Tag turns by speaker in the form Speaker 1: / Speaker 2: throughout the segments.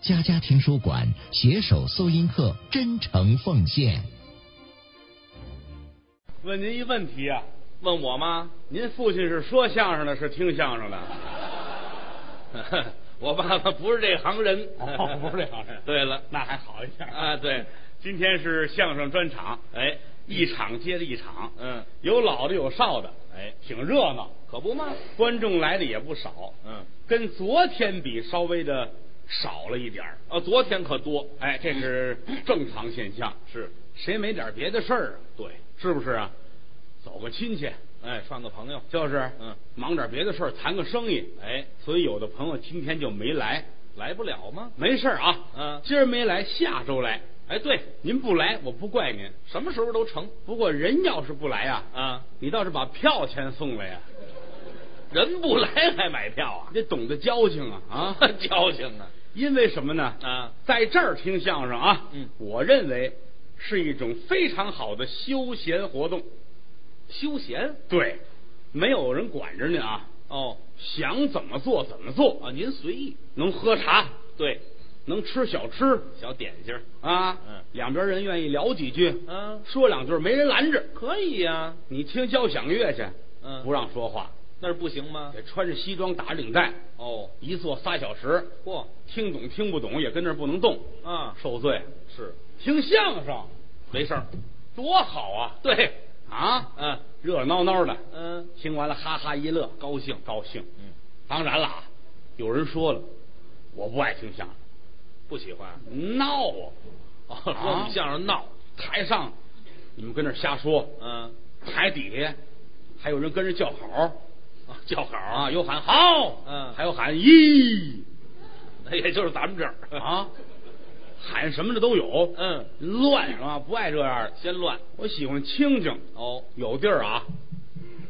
Speaker 1: 家家听书馆携手搜音课真诚奉献。
Speaker 2: 问您一问题啊？问我吗？您父亲是说相声的，是听相声的？ 我爸爸不是这行人，
Speaker 3: 哦不是这行人
Speaker 2: 对了，
Speaker 3: 那还好一点
Speaker 2: 啊，对，今天是相声专场，哎，一场接着一场，
Speaker 3: 嗯，
Speaker 2: 有老的有少的，
Speaker 3: 哎
Speaker 2: 挺热闹，
Speaker 3: 可不嘛，
Speaker 2: 观众来的也不少，
Speaker 3: 嗯，
Speaker 2: 跟昨天比稍微的少了一点儿，
Speaker 3: 哦，昨天可多，嗯
Speaker 2: 哎，这是正常现象，
Speaker 3: 是，
Speaker 2: 谁没点别的事儿啊？
Speaker 3: 对，
Speaker 2: 是不是啊？走个亲戚，
Speaker 3: 哎，串个朋友，
Speaker 2: 就是，
Speaker 3: 嗯，
Speaker 2: 忙点别的事儿，谈个生意，
Speaker 3: 哎，
Speaker 2: 所以有的朋友今天就没来，
Speaker 3: 来不了吗？
Speaker 2: 没事儿啊，
Speaker 3: 嗯
Speaker 2: 今儿没来，下周来。
Speaker 3: 哎，对，
Speaker 2: 您不来，我不怪您。
Speaker 3: 什么时候都成
Speaker 2: 不过人要是不来啊，
Speaker 3: 啊，
Speaker 2: 你倒是把票钱送来呀、
Speaker 3: 人不来还买票
Speaker 2: 你得懂得交情啊
Speaker 3: 啊？
Speaker 2: 啊！
Speaker 3: 啊，矫情啊，
Speaker 2: 因为什么呢？
Speaker 3: 啊，
Speaker 2: 在这儿听相声啊，
Speaker 3: 嗯
Speaker 2: 我认为是一种非常好的休闲活动。
Speaker 3: 休闲
Speaker 2: 对，没有人管着您啊，
Speaker 3: 哦
Speaker 2: 想怎么做怎么做，
Speaker 3: 啊，您随意，
Speaker 2: 能喝茶，
Speaker 3: 对，
Speaker 2: 能吃小吃
Speaker 3: 小点心儿，
Speaker 2: 啊，
Speaker 3: 嗯
Speaker 2: 两边人愿意聊几句，
Speaker 3: 嗯
Speaker 2: 说两句没人拦着。
Speaker 3: 可以呀，
Speaker 2: 你听交响乐去，
Speaker 3: 嗯
Speaker 2: 不让说话，
Speaker 3: 那儿不行吗？
Speaker 2: 得穿着西装打着领带，
Speaker 3: 哦，
Speaker 2: 一坐仨小时，
Speaker 3: 嚯，
Speaker 2: 听懂听不懂也跟那儿不能动，
Speaker 3: 啊，
Speaker 2: 受罪。
Speaker 3: 是
Speaker 2: 听相声
Speaker 3: 没事儿，
Speaker 2: 多好啊！
Speaker 3: 对，
Speaker 2: 啊，
Speaker 3: 嗯
Speaker 2: 热热闹闹的，
Speaker 3: 嗯，
Speaker 2: 听完了哈哈一乐，
Speaker 3: 高兴，
Speaker 2: 高兴。
Speaker 3: 嗯，
Speaker 2: 当然了啊，有人说了，我不爱听相
Speaker 3: 不喜欢，
Speaker 2: 声，闹啊！
Speaker 3: 哦，说我们相声闹，
Speaker 2: 台上你们跟那儿瞎说，
Speaker 3: 嗯，
Speaker 2: 台底下还有人跟着叫好
Speaker 3: 啊叫好
Speaker 2: 啊，有喊好，
Speaker 3: 嗯
Speaker 2: 还有喊咦
Speaker 3: 那 也就是咱们这儿，
Speaker 2: 啊，喊什么的都 有，
Speaker 3: 嗯，
Speaker 2: 乱啊，不爱这样的。
Speaker 3: 先乱
Speaker 2: 我喜欢清静，
Speaker 3: 哦
Speaker 2: 有地儿啊，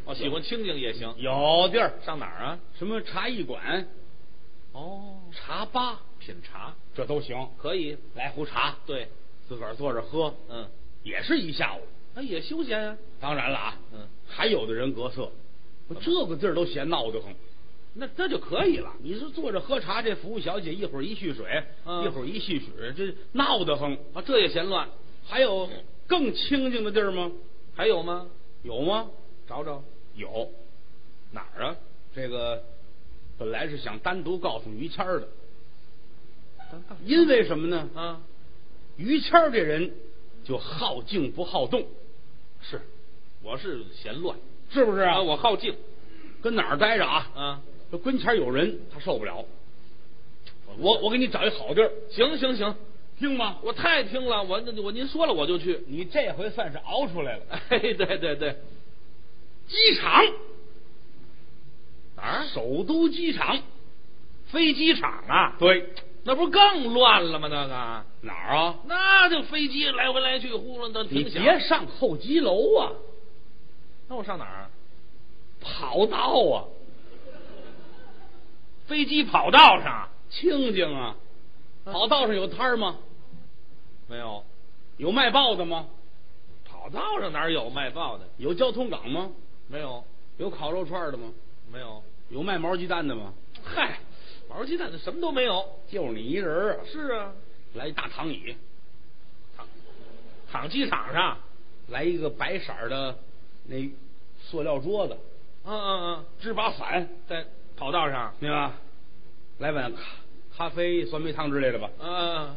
Speaker 3: 哦，喜欢清静也行，
Speaker 2: 有地儿，
Speaker 3: 上哪儿啊？
Speaker 2: 什么茶艺馆、
Speaker 3: 哦，
Speaker 2: 茶吧，
Speaker 3: 品茶
Speaker 2: 这都行。
Speaker 3: 可以，
Speaker 2: 来壶茶，
Speaker 3: 对，
Speaker 2: 自个儿坐着喝，
Speaker 3: 嗯，
Speaker 2: 也是一下午。
Speaker 3: 那也休闲呀，
Speaker 2: 当然了啊，
Speaker 3: 嗯，
Speaker 2: 还有的人隔色，我这个地儿都嫌闹得慌。
Speaker 3: 那那就可以了，
Speaker 2: 你是坐着喝茶，这服务小姐一会儿一蓄水，
Speaker 3: 嗯
Speaker 2: 一会儿一蓄水，这闹得慌。
Speaker 3: 啊，这也嫌乱，
Speaker 2: 还有更清静的地儿吗？
Speaker 3: 还有吗？
Speaker 2: 有吗？
Speaker 3: 找找
Speaker 2: 有，
Speaker 3: 哪儿啊？
Speaker 2: 这个本来是想单独告诉于谦儿的，
Speaker 3: 咱看
Speaker 2: 因为什么呢？
Speaker 3: 啊，
Speaker 2: 于谦儿这人就好静不好动，
Speaker 3: 是，我是嫌乱，
Speaker 2: 是不是啊？
Speaker 3: 我好静
Speaker 2: 跟哪儿待着啊？
Speaker 3: 啊，
Speaker 2: 这跟前儿有人，他受不了。我我给你找一好地儿，
Speaker 3: 行行行，
Speaker 2: 听吗？
Speaker 3: 我太听了，我那我您说了我就去，
Speaker 2: 你这回算是熬出来了。
Speaker 3: 哎，对对对，
Speaker 2: 机场
Speaker 3: 哪儿？
Speaker 2: 首都机场，
Speaker 3: 飞机场啊？
Speaker 2: 对，
Speaker 3: 那不是更乱了吗？那个，
Speaker 2: 哪儿啊？
Speaker 3: 那就飞机来回来去，呼噜的
Speaker 2: 你
Speaker 3: 挺响。
Speaker 2: 别上候机楼啊，
Speaker 3: 那我上哪儿啊？
Speaker 2: 跑道啊，
Speaker 3: 飞机跑道上
Speaker 2: 清静啊。
Speaker 3: 啊
Speaker 2: 跑道上有摊儿吗？
Speaker 3: 没有？
Speaker 2: 有卖报的吗？
Speaker 3: 跑道上哪有卖报的？
Speaker 2: 有交通岗吗？
Speaker 3: 没有，
Speaker 2: 有烤肉串儿的吗？
Speaker 3: 没有。
Speaker 2: 有卖毛鸡蛋的吗？
Speaker 3: 嗨，毛鸡蛋的什么都没有。
Speaker 2: 就是你一人儿啊！
Speaker 3: 是啊，
Speaker 2: 来一大躺椅，
Speaker 3: 躺机场上。
Speaker 2: 来一个白色儿的那塑料桌子，
Speaker 3: 嗯嗯
Speaker 2: 支把伞，
Speaker 3: 嗯，在跑道上。
Speaker 2: 明白吧？来碗咖咖啡、酸梅汤之类的吧，
Speaker 3: 嗯、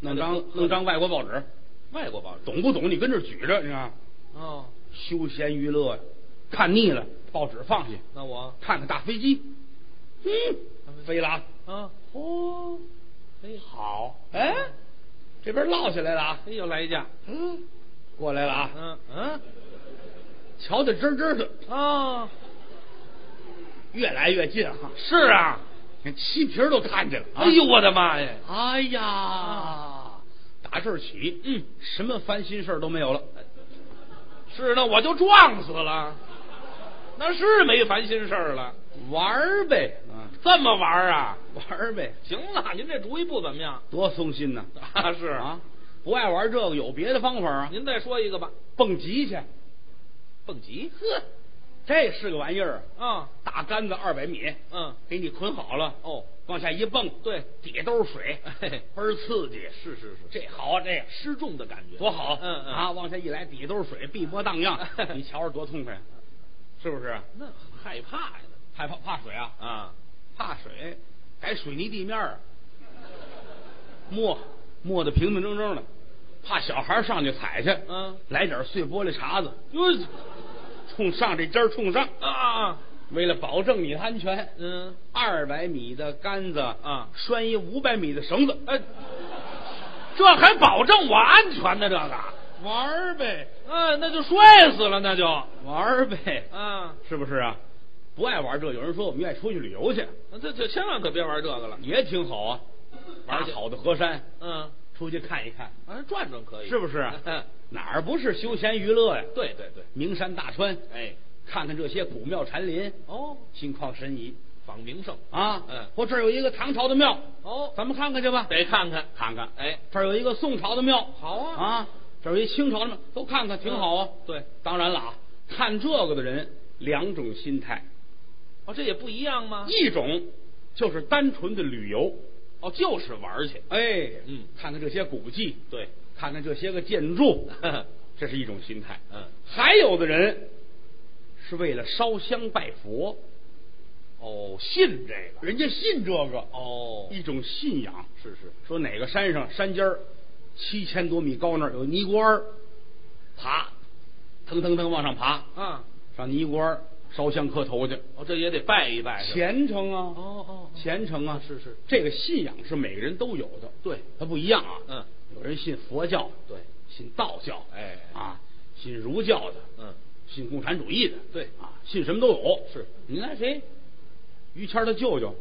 Speaker 2: 弄张弄张外国报纸，
Speaker 3: 外国报纸。
Speaker 2: 懂不懂？你跟这儿举着，你看，
Speaker 3: 哦，
Speaker 2: 休闲娱乐呀，看腻了，报纸放下，
Speaker 3: 那我
Speaker 2: 看看大飞机，嗯，飞了啊，
Speaker 3: 啊，
Speaker 2: 哦，
Speaker 3: 哎
Speaker 2: 好，哎，这边落下来了啊，
Speaker 3: 哎，又来一架。
Speaker 2: 嗯，过来了啊，
Speaker 3: 嗯嗯
Speaker 2: 瞧得真真的，
Speaker 3: 啊，
Speaker 2: 越来越近哈、
Speaker 3: 是啊。
Speaker 2: 连漆皮儿都看见了、啊，
Speaker 3: 哎呦，我的妈呀！
Speaker 2: 哎呀，打这儿起，
Speaker 3: 嗯，
Speaker 2: 什么烦心事儿都没有了。
Speaker 3: 是那我就撞死了，那是没烦心事儿了。
Speaker 2: 玩儿呗，啊，
Speaker 3: 这么玩儿啊？
Speaker 2: 玩儿呗，
Speaker 3: 行了，您这主意不怎么样
Speaker 2: 多松心呐！
Speaker 3: 啊？是
Speaker 2: 啊，，不爱玩这个有别的方法啊，
Speaker 3: 您再说一个吧。
Speaker 2: 蹦极去，
Speaker 3: 蹦极，
Speaker 2: 呵，这是个玩意儿，
Speaker 3: 啊，
Speaker 2: 大杆子二百米，
Speaker 3: 嗯，
Speaker 2: 给你捆好了，
Speaker 3: 哦，
Speaker 2: 往下一蹦，
Speaker 3: 对，哎
Speaker 2: 底下都是水，
Speaker 3: 嘿嘿
Speaker 2: 倍儿刺激。
Speaker 3: 是是是，
Speaker 2: 这好，啊这个
Speaker 3: 失重的感觉
Speaker 2: 多好，
Speaker 3: 嗯嗯，
Speaker 2: 啊，，往下一来，底下都是水，碧波荡漾 你瞧着多痛快，啊是不是？
Speaker 3: 那害怕呀
Speaker 2: 害怕怕水啊？
Speaker 3: 啊，
Speaker 2: 怕水，改水泥地面儿，磨磨的平平整整的，怕小孩儿上去踩去，
Speaker 3: 嗯
Speaker 2: 来点儿碎玻璃碴子，
Speaker 3: 哟
Speaker 2: 冲上这尖儿冲上，
Speaker 3: 啊，
Speaker 2: 为了保证你的安全，
Speaker 3: 嗯，
Speaker 2: 二百米的杆子
Speaker 3: 啊
Speaker 2: 拴一五百米的绳子，
Speaker 3: 哎，这还保证我安全呢？这个，
Speaker 2: 玩儿呗，
Speaker 3: 嗯，那就摔死了，那就，
Speaker 2: 玩儿呗，
Speaker 3: 啊，
Speaker 2: 是不是啊？不爱玩这，有人说我们愿意出去旅游去，
Speaker 3: 这这千万可别玩这个了，
Speaker 2: 也挺好啊，
Speaker 3: 而
Speaker 2: 玩
Speaker 3: 且
Speaker 2: 好的河山，
Speaker 3: 嗯，
Speaker 2: 出去看一看，
Speaker 3: 啊，转转可以，？
Speaker 2: 是不是哪儿不是休闲娱乐呀？
Speaker 3: 对对对，
Speaker 2: 名山大川，
Speaker 3: 哎，
Speaker 2: 看看这些古庙禅林，
Speaker 3: 哦，
Speaker 2: 心旷神怡
Speaker 3: 访名胜，
Speaker 2: 啊！
Speaker 3: 嗯
Speaker 2: 我这儿有一个唐朝的庙，
Speaker 3: 哦，
Speaker 2: 咱们看看去吧。
Speaker 3: 得看看，
Speaker 2: 看看，
Speaker 3: 哎，
Speaker 2: 这儿有一个宋朝的庙，
Speaker 3: 好啊
Speaker 2: 啊，这儿有一清朝的庙，都看看，挺好啊。
Speaker 3: 嗯对，
Speaker 2: 当然了啊，看这个的人两种心态，
Speaker 3: 哦，这也不一样吗？
Speaker 2: 一种就是单纯的旅游，
Speaker 3: 哦，就是玩去，
Speaker 2: 哎，
Speaker 3: 嗯
Speaker 2: 看看这些古迹，
Speaker 3: 对，
Speaker 2: 看看这些个建筑，
Speaker 3: 嗯
Speaker 2: 这是一种心态。还有的人是为了烧香拜佛，
Speaker 3: 哦，信这个，
Speaker 2: 人家信这个，
Speaker 3: 哦，
Speaker 2: 一种信仰。
Speaker 3: 是是，
Speaker 2: 说哪个山上山尖儿七千多米高那儿有尼姑庵儿，爬，腾腾腾往上爬，
Speaker 3: 啊，
Speaker 2: 上尼姑庵儿烧香磕头去，
Speaker 3: 哦，这也得拜一拜，是吧
Speaker 2: 虔诚啊，
Speaker 3: 哦哦哦
Speaker 2: 虔诚啊，
Speaker 3: 是是
Speaker 2: 这个信仰是每个人都有的，
Speaker 3: 对
Speaker 2: 它不一样啊，
Speaker 3: 嗯，
Speaker 2: 有人信佛教，
Speaker 3: 对，
Speaker 2: 信道教，
Speaker 3: 哎哎
Speaker 2: 啊，信儒教的，
Speaker 3: 嗯，
Speaker 2: 信共产主义的，
Speaker 3: 对
Speaker 2: 啊，信什么都有，
Speaker 3: 是
Speaker 2: 你看谁，于谦儿他舅舅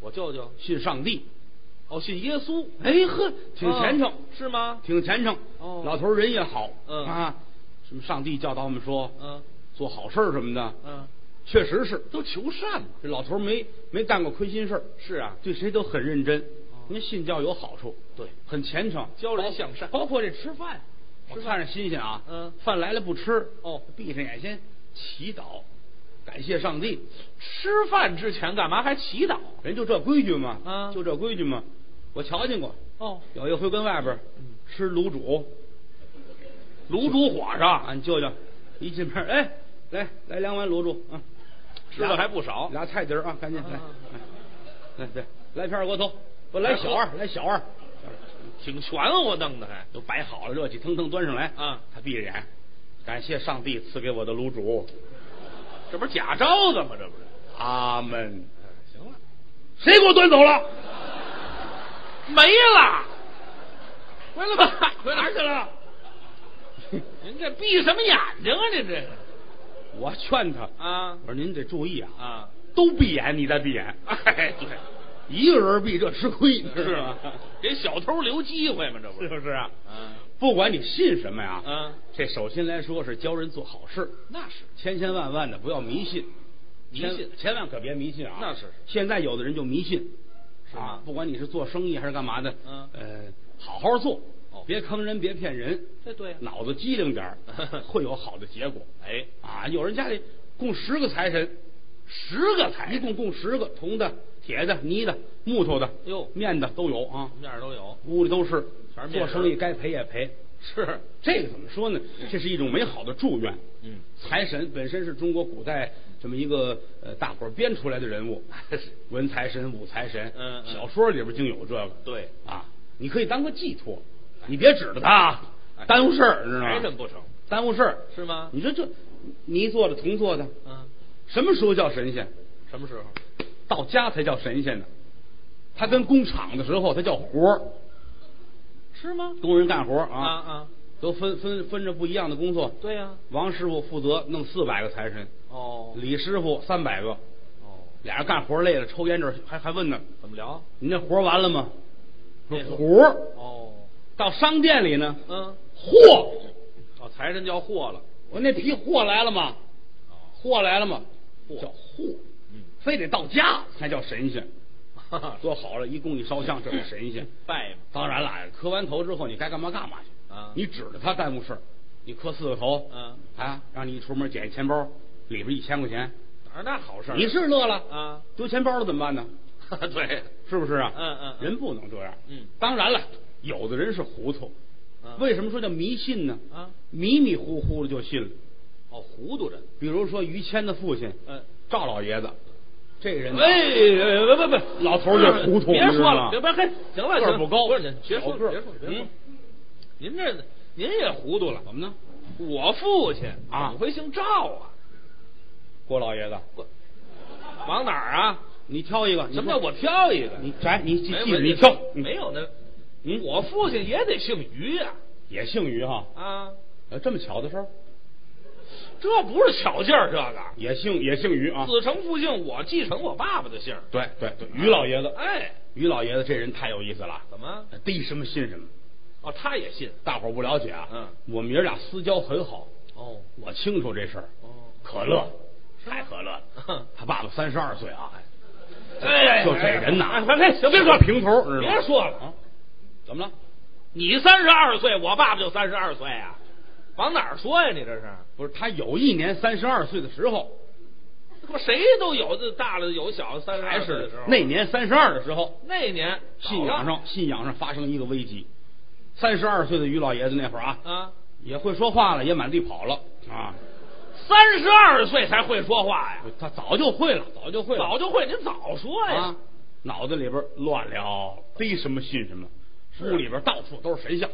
Speaker 3: 我舅舅，
Speaker 2: 信上帝，
Speaker 3: 哦，信耶稣，
Speaker 2: 哎呵，挺虔诚，
Speaker 3: 哦是吗？
Speaker 2: 挺虔诚。
Speaker 3: 哦
Speaker 2: 老头儿人也好，
Speaker 3: 嗯
Speaker 2: 啊，什么上帝教导我们说，
Speaker 3: 嗯
Speaker 2: 做好事儿什么的，
Speaker 3: 嗯，
Speaker 2: 确实是。
Speaker 3: 都求善嘛，
Speaker 2: 这老头儿没没干过亏心事儿，
Speaker 3: 是啊
Speaker 2: 对谁都很认真。
Speaker 3: 哦
Speaker 2: 您信教有好处，
Speaker 3: 对
Speaker 2: 很虔诚，
Speaker 3: 教人向善
Speaker 2: 包括这吃饭，
Speaker 3: 吃
Speaker 2: 我
Speaker 3: 饭
Speaker 2: 看着新鲜啊，
Speaker 3: 嗯
Speaker 2: 饭来了不吃，
Speaker 3: 哦
Speaker 2: 闭上眼先祈祷，感谢上帝，
Speaker 3: 吃饭之前干嘛还祈祷？
Speaker 2: 人就这规矩嘛，
Speaker 3: 嗯
Speaker 2: 就这规矩嘛，我瞧见过，
Speaker 3: 哦，嗯
Speaker 2: 有一回跟外边儿吃卤煮，
Speaker 3: 卤煮火上，
Speaker 2: 俺啊舅舅一进门，哎，来来两碗卤煮，啊，
Speaker 3: 吃的还不少
Speaker 2: 俩菜底儿啊，赶紧
Speaker 3: 啊
Speaker 2: 来，来来对，来片二锅头，不来小二，来小二，
Speaker 3: 挺玄乎弄的还，
Speaker 2: 都摆好了，热气腾腾端上来
Speaker 3: 啊
Speaker 2: 他闭着眼，感谢上帝赐给我的卤煮，
Speaker 3: 这不是假招子吗？这不是？
Speaker 2: 阿门。
Speaker 3: 行了，
Speaker 2: 谁给我端走了？
Speaker 3: 没了，回来吧，回
Speaker 2: 哪
Speaker 3: 来
Speaker 2: 儿去了？
Speaker 3: 您这闭什么眼睛啊？您这个
Speaker 2: 我劝他，
Speaker 3: 啊
Speaker 2: 我说您得注意啊，
Speaker 3: 啊，
Speaker 2: 都闭眼，你再闭眼，
Speaker 3: 哎，对，
Speaker 2: 一个人闭这吃亏，
Speaker 3: 是
Speaker 2: 吗
Speaker 3: 吗？？ 给小偷留机会嘛，这不
Speaker 2: 是
Speaker 3: 啊是？
Speaker 2: 不是啊？
Speaker 3: 嗯
Speaker 2: 不管你信什么呀，
Speaker 3: 嗯，
Speaker 2: 这首先来说是教人做好事，
Speaker 3: 那是
Speaker 2: 千千万万的不要迷信，
Speaker 3: 迷
Speaker 2: 千
Speaker 3: 信
Speaker 2: 千万可别迷信啊！
Speaker 3: 那是
Speaker 2: 现在有的人就迷信，
Speaker 3: 是
Speaker 2: 啊
Speaker 3: 吗，
Speaker 2: 不管你是做生意还是干嘛的，
Speaker 3: 嗯
Speaker 2: 呃，好好做
Speaker 3: 哦，
Speaker 2: 别坑人，别骗人，
Speaker 3: 这对啊
Speaker 2: 脑子机灵点 儿会有好的结果。
Speaker 3: 哎，
Speaker 2: 啊，有人家里供十个财神，十个财，一共供十个，铜的、铁的、泥的、木头的，
Speaker 3: 哟
Speaker 2: 面的都有啊
Speaker 3: 什，么样都有，
Speaker 2: 屋里都是，
Speaker 3: 全是
Speaker 2: 做
Speaker 3: 面人
Speaker 2: 生意该赔也赔。
Speaker 3: 是，
Speaker 2: 这个怎么说呢？这是一种美好的祝愿。
Speaker 3: 嗯，
Speaker 2: 财神本身是中国古代这么一个呃大伙儿编出来的人 物，文财神、武财神，
Speaker 3: 嗯嗯
Speaker 2: 小说里边就有这个。
Speaker 3: 对
Speaker 2: 啊，你可以当个寄托，你别指着他啊，
Speaker 3: 哎
Speaker 2: 耽误事儿，知道吗？
Speaker 3: 还真不成，
Speaker 2: 耽误事儿
Speaker 3: 是吗
Speaker 2: 你说这泥做的、铜做的，
Speaker 3: 嗯，
Speaker 2: 什么时候叫神仙？
Speaker 3: 什么时候？
Speaker 2: 到家才叫神仙呢。他跟工厂的时候，他叫活儿，
Speaker 3: 是吗？
Speaker 2: 工人干活儿
Speaker 3: 啊
Speaker 2: 啊，
Speaker 3: 啊，
Speaker 2: 都分分分着不一样的工作。
Speaker 3: 对呀、
Speaker 2: 王师傅负责弄四百个财神，
Speaker 3: 哦
Speaker 2: 李师傅三百个，
Speaker 3: 哦，
Speaker 2: 俩人干活累了，抽烟这儿还还问呢，
Speaker 3: 怎么聊？
Speaker 2: 您这活儿完了吗？说
Speaker 3: 那时候
Speaker 2: 活儿
Speaker 3: 哦，
Speaker 2: 到商店里呢，
Speaker 3: 嗯，
Speaker 2: 货，
Speaker 3: 哦，财神叫货了，
Speaker 2: 我那批货来了吗？
Speaker 3: 哦，
Speaker 2: 货来了吗？
Speaker 3: 货
Speaker 2: 叫货，
Speaker 3: 嗯，
Speaker 2: 非得到家才叫神仙。
Speaker 3: 哈哈
Speaker 2: 说好了，一供一烧香，这是神仙。
Speaker 3: 拜嘛，
Speaker 2: 当然了，磕完头之后，你该干嘛干嘛去
Speaker 3: 啊
Speaker 2: 你指着他耽误事儿，你磕四个头，
Speaker 3: 嗯
Speaker 2: 啊啊，让你一出门捡一钱包，里边一千块钱，
Speaker 3: 哪儿那好事儿？
Speaker 2: 你是乐了
Speaker 3: 啊？
Speaker 2: 丢钱包了怎么办呢？
Speaker 3: 对，
Speaker 2: 是不是啊？
Speaker 3: 嗯嗯嗯
Speaker 2: 人不能这样。
Speaker 3: 嗯
Speaker 2: 当然了，有的人是糊涂，
Speaker 3: 啊
Speaker 2: 为什么说叫迷信呢？
Speaker 3: 啊，
Speaker 2: 迷迷糊糊的就信了。
Speaker 3: 哦，糊涂人，
Speaker 2: 比如说于谦的父亲，
Speaker 3: 嗯，
Speaker 2: 赵老爷子，这个人啊
Speaker 3: 哎，不不不，
Speaker 2: 老头儿就糊涂
Speaker 3: 别
Speaker 2: 你知道
Speaker 3: 说
Speaker 2: 吗
Speaker 3: 了，别别，嘿，行了，
Speaker 2: 个儿
Speaker 3: 行了
Speaker 2: 不高
Speaker 3: 不是您，别
Speaker 2: 小
Speaker 3: 说了，
Speaker 2: 个儿
Speaker 3: 别说了，别说了
Speaker 2: 嗯，
Speaker 3: 您这您也糊涂了。
Speaker 2: 怎么呢？
Speaker 3: 我父亲
Speaker 2: 啊
Speaker 3: 怎么会姓赵啊？
Speaker 2: 郭老爷子，
Speaker 3: 往哪儿啊？
Speaker 2: 你挑一个。你说
Speaker 3: 什么叫我挑一个？
Speaker 2: 你摘，你记
Speaker 3: 没
Speaker 2: 记
Speaker 3: 有
Speaker 2: 着，你挑。
Speaker 3: 没有那，
Speaker 2: 嗯
Speaker 3: 我父亲也得姓于呀、
Speaker 2: 也姓于哈，
Speaker 3: 啊，
Speaker 2: 呃，这么巧的事儿，
Speaker 3: 这不是巧劲儿，这个
Speaker 2: 也姓也姓于啊。
Speaker 3: 子承父姓，我继承我爸爸的姓儿。
Speaker 2: 对对对，于老爷子，
Speaker 3: 哎，
Speaker 2: 于老爷子这人太有意思了，
Speaker 3: 怎么？
Speaker 2: 逮什么信什么。
Speaker 3: 哦，他也信。
Speaker 2: 大伙儿不了解啊，
Speaker 3: 嗯，
Speaker 2: 我们爷俩私交很好，
Speaker 3: 哦
Speaker 2: 我清楚这事儿。
Speaker 3: 哦，
Speaker 2: 可乐，太可乐了
Speaker 3: 哼，
Speaker 2: 他爸爸三十二岁啊，
Speaker 3: 哎，
Speaker 2: 就这人
Speaker 3: 哎
Speaker 2: 呐，
Speaker 3: 哎哎行，
Speaker 2: 别
Speaker 3: 别说
Speaker 2: 说
Speaker 3: 了
Speaker 2: 平头，知道吗
Speaker 3: 别说了
Speaker 2: 啊，怎么了？
Speaker 3: 你三十二岁，我爸爸就三十二岁啊，往哪儿说呀？你这是，
Speaker 2: 不是他有一年三十二岁的时候，
Speaker 3: 这不谁都有这大了有小三十
Speaker 2: 还
Speaker 3: 二岁
Speaker 2: 是
Speaker 3: 的时候。
Speaker 2: 那年三十二的时候，
Speaker 3: 那年
Speaker 2: 信仰
Speaker 3: 早了
Speaker 2: 上信仰上发生一个危机。三十二岁的于老爷子那会儿啊，
Speaker 3: 啊，
Speaker 2: 也会说话了，也满地跑了啊，
Speaker 3: 三十二岁才会说话呀，
Speaker 2: 哎他早就会了，早就会了，
Speaker 3: 早就会，您早说呀
Speaker 2: 啊。，脑子里边乱了，逮什么信什么，
Speaker 3: 是
Speaker 2: 屋里边到处都是神像，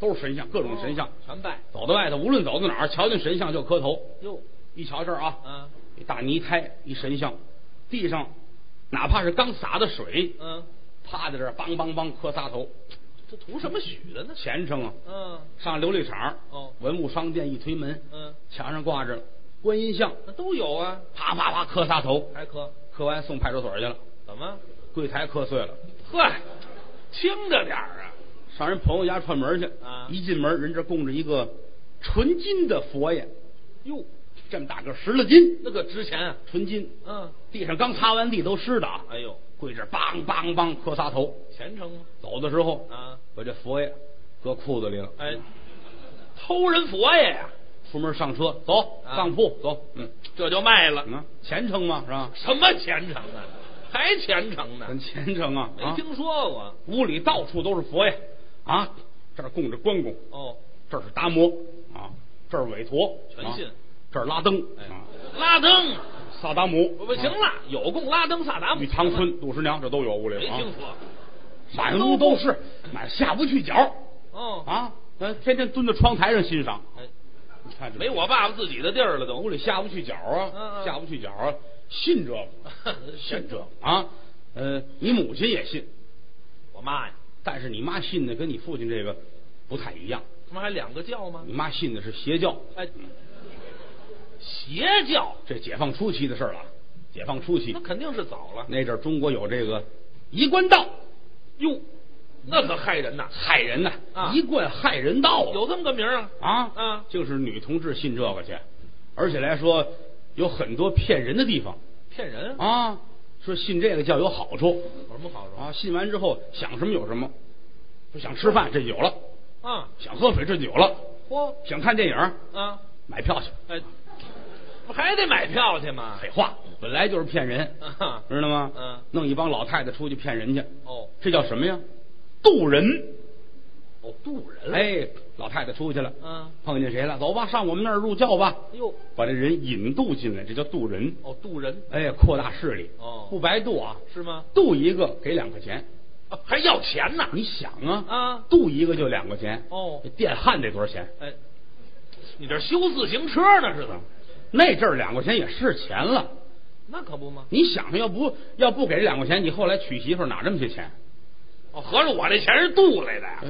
Speaker 2: 都是神像，各种神像。
Speaker 3: 哦全拜
Speaker 2: 走到外头，无论走到哪儿，瞧见神像就磕头。
Speaker 3: 哟
Speaker 2: 一瞧这儿啊，
Speaker 3: 啊
Speaker 2: 一大泥胎，一神像，地上哪怕是刚洒的水，
Speaker 3: 嗯，
Speaker 2: 趴在这儿，梆梆梆磕仨 头，
Speaker 3: 这图什么许的呢？
Speaker 2: 虔诚啊！
Speaker 3: 嗯
Speaker 2: 上琉璃厂，
Speaker 3: 哦
Speaker 2: 文物商店一推门，
Speaker 3: 嗯，
Speaker 2: 墙上挂着观音像，
Speaker 3: 那都有啊，
Speaker 2: 啪啪啪磕仨头，
Speaker 3: 还磕
Speaker 2: 磕完送派出所去了，
Speaker 3: 怎么？
Speaker 2: 柜台磕碎了，
Speaker 3: 呵，听着点儿啊，
Speaker 2: 上人朋友家串门去
Speaker 3: 啊
Speaker 2: 一进门，人这供着一个纯金的佛爷，
Speaker 3: 哟，
Speaker 2: 这么大个十来斤，
Speaker 3: 那个值钱啊，
Speaker 2: 纯金，
Speaker 3: 嗯，
Speaker 2: 地上刚擦完地都湿的啊，
Speaker 3: 哎呦，
Speaker 2: 跪这儿梆梆梆磕仨头，
Speaker 3: 虔诚吗？
Speaker 2: 走的时候
Speaker 3: 啊，
Speaker 2: 把这佛爷搁裤子里了，
Speaker 3: 哎，偷人佛爷呀，
Speaker 2: 出门上车走
Speaker 3: 啊
Speaker 2: 上铺走，嗯，
Speaker 3: 这就卖了
Speaker 2: 怎，么虔诚嘛是吧？
Speaker 3: 什么虔诚啊？还虔诚呢
Speaker 2: 很？虔诚啊，
Speaker 3: 没
Speaker 2: 啊
Speaker 3: 听说过
Speaker 2: 屋里到处都是佛爷啊，这儿供着关公，
Speaker 3: 哦，
Speaker 2: 这儿是达摩啊，这儿韦陀，
Speaker 3: 全信
Speaker 2: 啊这儿拉登
Speaker 3: 哎
Speaker 2: 啊，
Speaker 3: 拉登，
Speaker 2: 萨达姆，
Speaker 3: 不不行了，有供拉登萨达姆
Speaker 2: 玉堂啊春、杜十娘，这都有屋
Speaker 3: 没
Speaker 2: 里啊，
Speaker 3: 听说。
Speaker 2: 满屋都是，满下不去脚
Speaker 3: 哦，
Speaker 2: 啊，咱天天蹲在窗台上欣赏，
Speaker 3: 哎
Speaker 2: 你看这
Speaker 3: 没我爸爸自己的地儿了
Speaker 2: 屋
Speaker 3: 都。
Speaker 2: 里下不去脚
Speaker 3: 嗯
Speaker 2: 啊，
Speaker 3: 嗯
Speaker 2: 下不去脚啊，信这 个。信这个啊，呃，你母亲也信，
Speaker 3: 我妈呀，
Speaker 2: 但是你妈信的跟你父亲这个不太一样，
Speaker 3: 他妈还两个教吗
Speaker 2: 你？妈信的是邪教。
Speaker 3: 哎，邪教，
Speaker 2: 这解放初期的事儿了，解放初期
Speaker 3: 那肯定是早了。
Speaker 2: 那阵儿中国有这个一贯道，
Speaker 3: 哟，那可害人呐！
Speaker 2: 害人呐、
Speaker 3: 啊
Speaker 2: 一贯害人道啊
Speaker 3: 有这么个名儿啊？
Speaker 2: 啊
Speaker 3: 啊
Speaker 2: 就是女同志信这个去，而且来说有很多骗人的地方
Speaker 3: 骗人！
Speaker 2: 啊，说信这个教有好处
Speaker 3: 有什么好处
Speaker 2: 啊，信完之后想什么有什么，说想吃饭这就有了，
Speaker 3: 啊？
Speaker 2: 想喝水这就有了，
Speaker 3: 嚯
Speaker 2: 想看电影
Speaker 3: 啊！
Speaker 2: 买票去，
Speaker 3: 哎，不还得买票去吗？
Speaker 2: 废话，本来就是骗人，
Speaker 3: 啊
Speaker 2: 知道吗？
Speaker 3: 嗯
Speaker 2: 弄一帮老太太出去骗人去，
Speaker 3: 哦
Speaker 2: 这叫什么呀？渡人。
Speaker 3: 哦，渡人哎，
Speaker 2: 哎，老太太出去了，
Speaker 3: 嗯
Speaker 2: 碰见谁了？走吧，上我们那儿入教吧，
Speaker 3: 哟，
Speaker 2: 把这人引渡进来，这叫渡人。
Speaker 3: 哎哦，渡人
Speaker 2: 哎，扩大势力，
Speaker 3: 哦
Speaker 2: 不白渡啊，
Speaker 3: 是吗？
Speaker 2: 渡一个给两块钱，
Speaker 3: 啊还要钱呢？
Speaker 2: 你想啊，
Speaker 3: 啊
Speaker 2: 渡一个就两块钱，
Speaker 3: 哦
Speaker 2: 这电焊得多少钱？
Speaker 3: 哎，你这修自行车呢是怎么？
Speaker 2: 那阵儿两块钱也是钱了，
Speaker 3: 那可不吗？
Speaker 2: 你想想，要不要不给这两块钱，你后来娶媳妇儿哪这么些钱？
Speaker 3: 哦，合着我这钱是渡来的呀？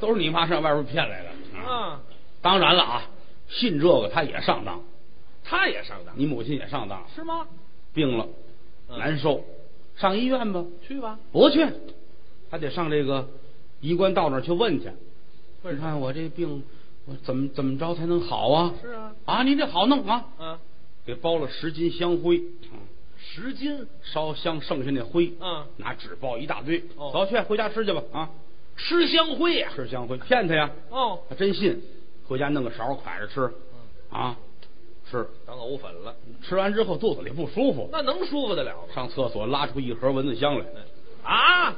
Speaker 2: 都是你妈上外边骗来的。嗯
Speaker 3: 啊，
Speaker 2: 当然了啊，信这个他也上当，
Speaker 3: 他也上当
Speaker 2: 你母亲也上当了，
Speaker 3: 是吗？
Speaker 2: 病了，
Speaker 3: 嗯
Speaker 2: 难受，上医院吧。
Speaker 3: 去吧，
Speaker 2: 不去，还得上这个医官到那儿去问去。
Speaker 3: 为
Speaker 2: 你
Speaker 3: 啥
Speaker 2: 看我这病，我怎么怎么着才能好啊？
Speaker 3: 是啊
Speaker 2: 啊，你得好弄啊！
Speaker 3: 啊，
Speaker 2: 给包了十斤香灰，嗯
Speaker 3: 十斤
Speaker 2: 烧香剩下那灰，
Speaker 3: 嗯
Speaker 2: 拿纸包一大堆，
Speaker 3: 哦
Speaker 2: 走去回家吃去吧啊！
Speaker 3: 吃香灰呀、
Speaker 2: 吃香灰骗他呀，
Speaker 3: 哦，嗯
Speaker 2: 他真信，回家弄个勺儿蒯着吃，啊，吃，
Speaker 3: 当藕粉了，
Speaker 2: 吃完之后肚子里不舒服，
Speaker 3: 那能舒服得了吗？
Speaker 2: 上厕所拉出一盒蚊子香来，
Speaker 3: 啊，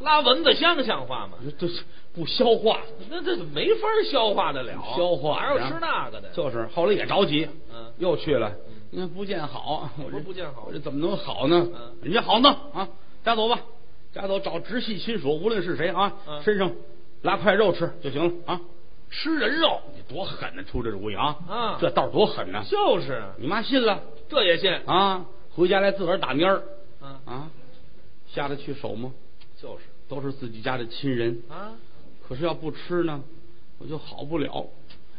Speaker 3: 拉蚊子香像话吗？
Speaker 2: 这是不消化，
Speaker 3: 那这没法消化得了，
Speaker 2: 消化
Speaker 3: 哪有哦吃那个的？
Speaker 2: 就是后来也着急，
Speaker 3: 嗯
Speaker 2: 又去了，你看不见好，我
Speaker 3: 不
Speaker 2: 这
Speaker 3: 是不见好
Speaker 2: 我这怎么能好呢？
Speaker 3: 嗯
Speaker 2: 人家好呢啊，家走吧，家走找直系亲属，无论是谁啊，
Speaker 3: 嗯
Speaker 2: 身上拉块肉吃就行了啊。
Speaker 3: 吃人肉
Speaker 2: 你多狠呐，出这主意啊！
Speaker 3: 啊
Speaker 2: 这道儿多狠呐！
Speaker 3: 就是，啊
Speaker 2: 你妈信了
Speaker 3: 这也信？
Speaker 2: 啊？回家来自个儿打蔫儿
Speaker 3: 嗯，
Speaker 2: 啊？下得去手吗？
Speaker 3: 就是
Speaker 2: 都是自己家的亲人，
Speaker 3: 啊，
Speaker 2: 可是要不吃呢，我就好不了。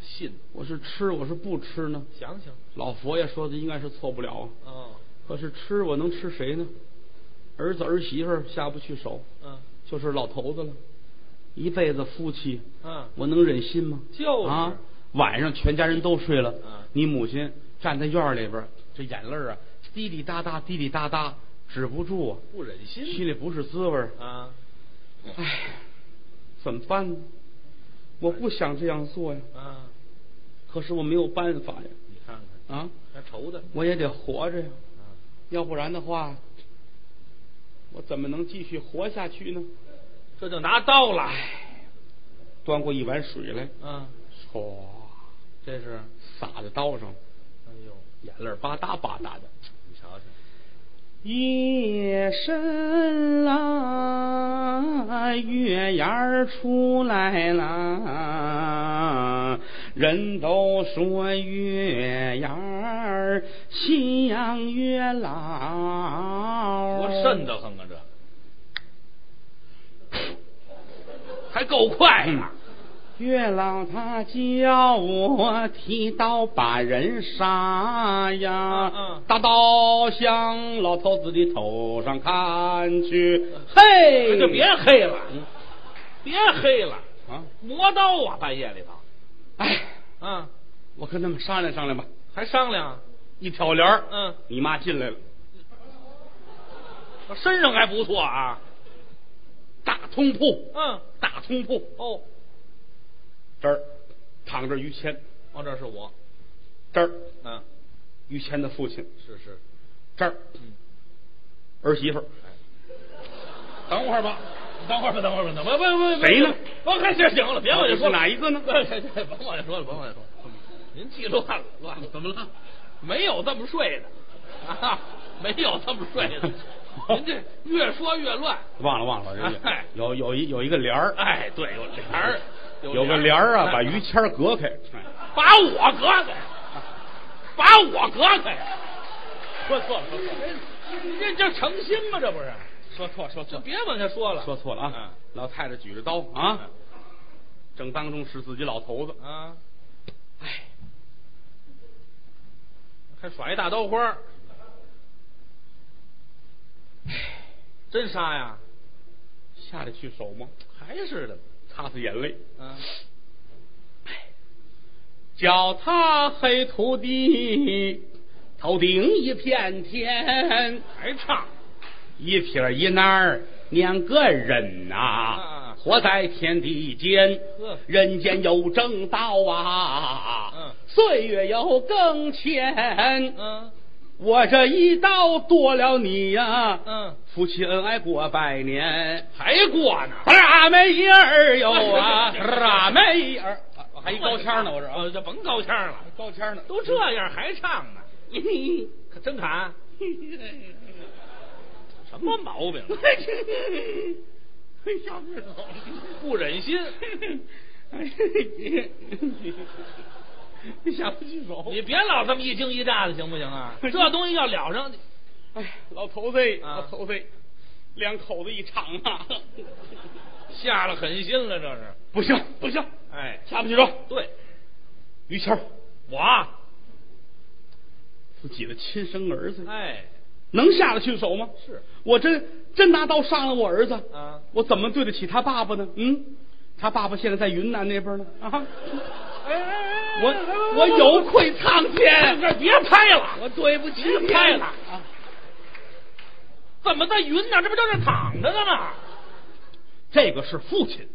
Speaker 3: 信，
Speaker 2: 我是吃，我是不吃呢？
Speaker 3: 想想，
Speaker 2: 老佛爷说的应该是错不了啊。
Speaker 3: 哦，
Speaker 2: 可是吃我能吃谁呢？儿子儿媳妇儿下不去手，
Speaker 3: 嗯
Speaker 2: 就是老头子了。一辈子夫妻，
Speaker 3: 嗯，
Speaker 2: 我能忍心吗？
Speaker 3: 就是
Speaker 2: 啊，晚上全家人都睡了，
Speaker 3: 嗯
Speaker 2: 你母亲站在院儿里边儿，这眼泪儿啊滴滴答答滴滴答答止不住啊，
Speaker 3: 不忍心
Speaker 2: 心里不是滋味儿。
Speaker 3: 啊
Speaker 2: 唉，怎么办呢？我不想这样做呀，
Speaker 3: 啊，
Speaker 2: 可是我没有办法呀。
Speaker 3: 你看看，
Speaker 2: 啊，
Speaker 3: 还愁的，
Speaker 2: 我也得活着呀，
Speaker 3: 啊，
Speaker 2: 要不然的话，我怎么能继续活下去呢？
Speaker 3: 这就拿刀了，
Speaker 2: 端过一碗水来，
Speaker 3: 嗯，
Speaker 2: 唰，
Speaker 3: 这是，
Speaker 2: 洒在刀上，
Speaker 3: 哎呦，
Speaker 2: 眼泪儿吧嗒吧嗒的。
Speaker 3: 你瞧瞧，
Speaker 2: 夜深了，月牙儿出来了，人都说月牙儿像月老。
Speaker 3: 多瘆得慌啊这，还够快呢，
Speaker 2: 月老他叫我提刀把人杀呀，
Speaker 3: 嗯嗯
Speaker 2: 大刀向老头子的头上砍去，嘿，
Speaker 3: 嗯就别黑了，别黑了，
Speaker 2: 啊！
Speaker 3: 磨刀啊，半夜里头，
Speaker 2: 哎，
Speaker 3: 啊，
Speaker 2: 我跟他们商量商量吧。
Speaker 3: 还商量，
Speaker 2: 一挑帘儿，
Speaker 3: 嗯，
Speaker 2: 你妈进来了，
Speaker 3: 身上还不错啊，
Speaker 2: 大通铺，
Speaker 3: 嗯，
Speaker 2: 大通铺
Speaker 3: 哦，
Speaker 2: 这儿躺着于谦，
Speaker 3: 哦，这是我，
Speaker 2: 这儿
Speaker 3: 嗯，
Speaker 2: 于谦的父亲，
Speaker 3: 是是，
Speaker 2: 这儿
Speaker 3: 嗯。哎
Speaker 2: 儿媳妇儿，
Speaker 3: 等会儿吧，等会儿吧，等会儿吧，等会儿吧，不不不，
Speaker 2: 谁呢
Speaker 3: 甭看这行了， 别往下说
Speaker 2: 是哪一个呢
Speaker 3: 甭甭往下说了，甭往下说了，您记乱了，乱了，怎么了？没有这么睡的啊，没有这么睡 的，您这越说越乱。
Speaker 2: 忘了忘了，人家
Speaker 3: 哎
Speaker 2: 有有一有一个帘儿，
Speaker 3: 哎，对，有帘儿，
Speaker 2: 有个帘儿啊，把于谦儿隔开。
Speaker 3: 把我隔开，把我隔开，说错了，说错了，这这诚心吗？这不是，
Speaker 2: 说错说
Speaker 3: 就别往下说了，嗯
Speaker 2: 说错了啊！老太太举着刀啊，正当中是自己老头子，
Speaker 3: 嗯啊。
Speaker 2: 哎，
Speaker 3: 还耍一大刀花儿，真杀呀？
Speaker 2: 下得去手吗？
Speaker 3: 还是的，
Speaker 2: 擦擦眼泪，
Speaker 3: 嗯，
Speaker 2: 脚踏黑土地，头顶一片天，
Speaker 3: 还唱，
Speaker 2: 一撇一捺儿两个人呐、
Speaker 3: 啊
Speaker 2: 活在天地间
Speaker 3: 呵，
Speaker 2: 人间有正道啊，
Speaker 3: 嗯
Speaker 2: 岁月有更迁，
Speaker 3: 嗯
Speaker 2: 我这一刀剁了你呀、
Speaker 3: 嗯，
Speaker 2: 夫妻恩爱过百年。
Speaker 3: 还过呢，
Speaker 2: 啊梅儿哟 啊，
Speaker 3: 哎
Speaker 2: 啊梅儿，啊还一高腔呢，我这啊
Speaker 3: 哦，这甭高腔了，
Speaker 2: 高腔呢，嗯
Speaker 3: 都这样还唱呢，
Speaker 2: 嘿
Speaker 3: 可 真砍，什么 毛病？啊
Speaker 2: 嘿，笑死了，
Speaker 3: 不 忍心，
Speaker 2: 你下不去手，
Speaker 3: 你别老这么一惊一乍的，行不 行啊？这东西要了上，
Speaker 2: 哎，老头子，
Speaker 3: 啊
Speaker 2: 老头子，两口子一场啊，
Speaker 3: 下了狠心了，这是，
Speaker 2: 不行不行，
Speaker 3: 哎，
Speaker 2: 下不去手，
Speaker 3: 对
Speaker 2: 于谦儿
Speaker 3: 我，
Speaker 2: 自己的亲生儿子，
Speaker 3: 哎，
Speaker 2: 能下得去手吗？
Speaker 3: 是
Speaker 2: 我真真拿刀杀了我儿子
Speaker 3: 啊
Speaker 2: 我怎么对得起他爸爸呢？嗯，他爸爸现在在云南那边呢 啊！
Speaker 3: 哎哎
Speaker 2: 我我有愧苍天，
Speaker 3: 这别拍了，
Speaker 2: 哎我对不起
Speaker 3: 别拍了
Speaker 2: 啊！
Speaker 3: 怎么在云南？这不正是躺着呢吗？
Speaker 2: 这个是父亲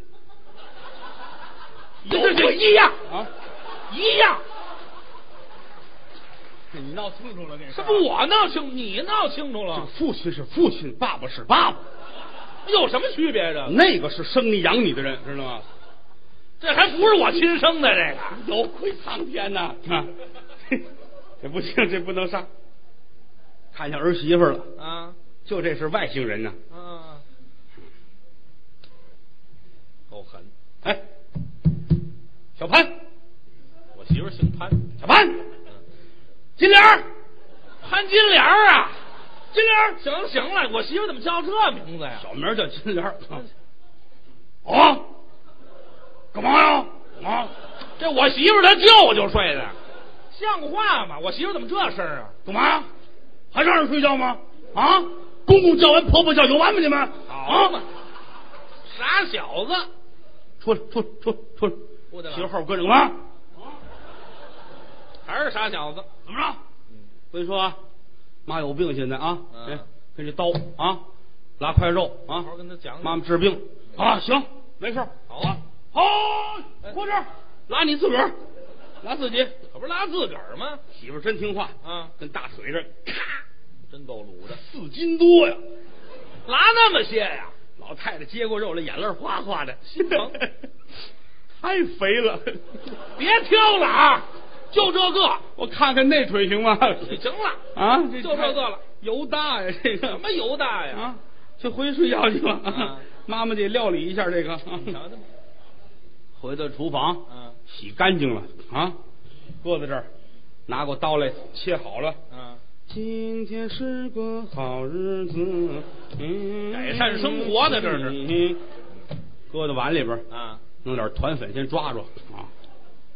Speaker 3: 这这这一样
Speaker 2: 啊，
Speaker 3: 一样，
Speaker 2: 你闹清楚了这事
Speaker 3: 这
Speaker 2: 儿啊
Speaker 3: 不我闹清，你闹清楚了，
Speaker 2: 父亲是父亲，爸爸是爸爸，
Speaker 3: 有什么区别这？
Speaker 2: 那个是生你养你的人，知道吗？
Speaker 3: 这还不是我亲生的这个。
Speaker 2: 有愧苍天呐！啊， 嘿这不行，这不能上。看见儿媳妇了，
Speaker 3: 啊，
Speaker 2: 就这是外星人呐！
Speaker 3: 嗯，够狠！
Speaker 2: 哎，小潘，
Speaker 3: 我媳妇儿姓潘，
Speaker 2: 小潘，金莲
Speaker 3: 啊
Speaker 2: 儿，
Speaker 3: 潘金莲儿啊！
Speaker 2: 金莲儿，
Speaker 3: 行了行了，我媳妇儿怎么叫这名字呀？
Speaker 2: 小名叫金莲儿。
Speaker 3: 嗯
Speaker 2: 啊，干嘛呀？啊，
Speaker 3: 这我媳妇儿她舅舅睡的，像话吗？我媳妇儿怎么这声儿啊？
Speaker 2: 干嘛呀？还让人睡觉吗？啊，公公叫完，婆婆叫，有完吗？你们
Speaker 3: 好嘛
Speaker 2: 啊，，
Speaker 3: 傻小子！
Speaker 2: 出来，出来，出来，出来！
Speaker 3: 不得了
Speaker 2: 媳妇后边跟着干嘛？
Speaker 3: 还是傻小子。
Speaker 2: 怎么着？我跟你说啊，妈有病现在啊，
Speaker 3: 嗯
Speaker 2: 哎，跟这刀啊，拉块肉啊，
Speaker 3: 好好跟他讲讲嗯
Speaker 2: 妈妈治病啊，行，没事儿，
Speaker 3: 好啊，
Speaker 2: 好，
Speaker 3: 哎
Speaker 2: 过这儿，拉你自个儿，拉自己。
Speaker 3: 可不是拉自个儿吗？
Speaker 2: 媳妇儿真听话
Speaker 3: 啊
Speaker 2: 跟大腿这儿咔
Speaker 3: 真够鲁的，
Speaker 2: 四斤多呀。
Speaker 3: 拉那么些呀、
Speaker 2: 老太太接过肉来，眼泪哗哗的，
Speaker 3: 心 疼
Speaker 2: 太肥了。
Speaker 3: 别挑了啊，就这个，
Speaker 2: 我看看那腿行吗？
Speaker 3: 行了
Speaker 2: 啊，
Speaker 3: 就这个了，
Speaker 2: 油大呀，这个
Speaker 3: 什么油大呀？
Speaker 2: 啊，就回去睡觉去吧。
Speaker 3: 啊
Speaker 2: 妈妈得料理一下这个。
Speaker 3: 你瞧瞧吧，
Speaker 2: 回到厨房，
Speaker 3: 嗯
Speaker 2: 洗干净了啊，搁在这儿，拿过刀来切好了。
Speaker 3: 嗯，
Speaker 2: 今天是个好日子，嗯，
Speaker 3: 改善生活呢这是
Speaker 2: 嗯搁到碗里边儿，
Speaker 3: 啊，
Speaker 2: 弄点团粉先抓抓啊，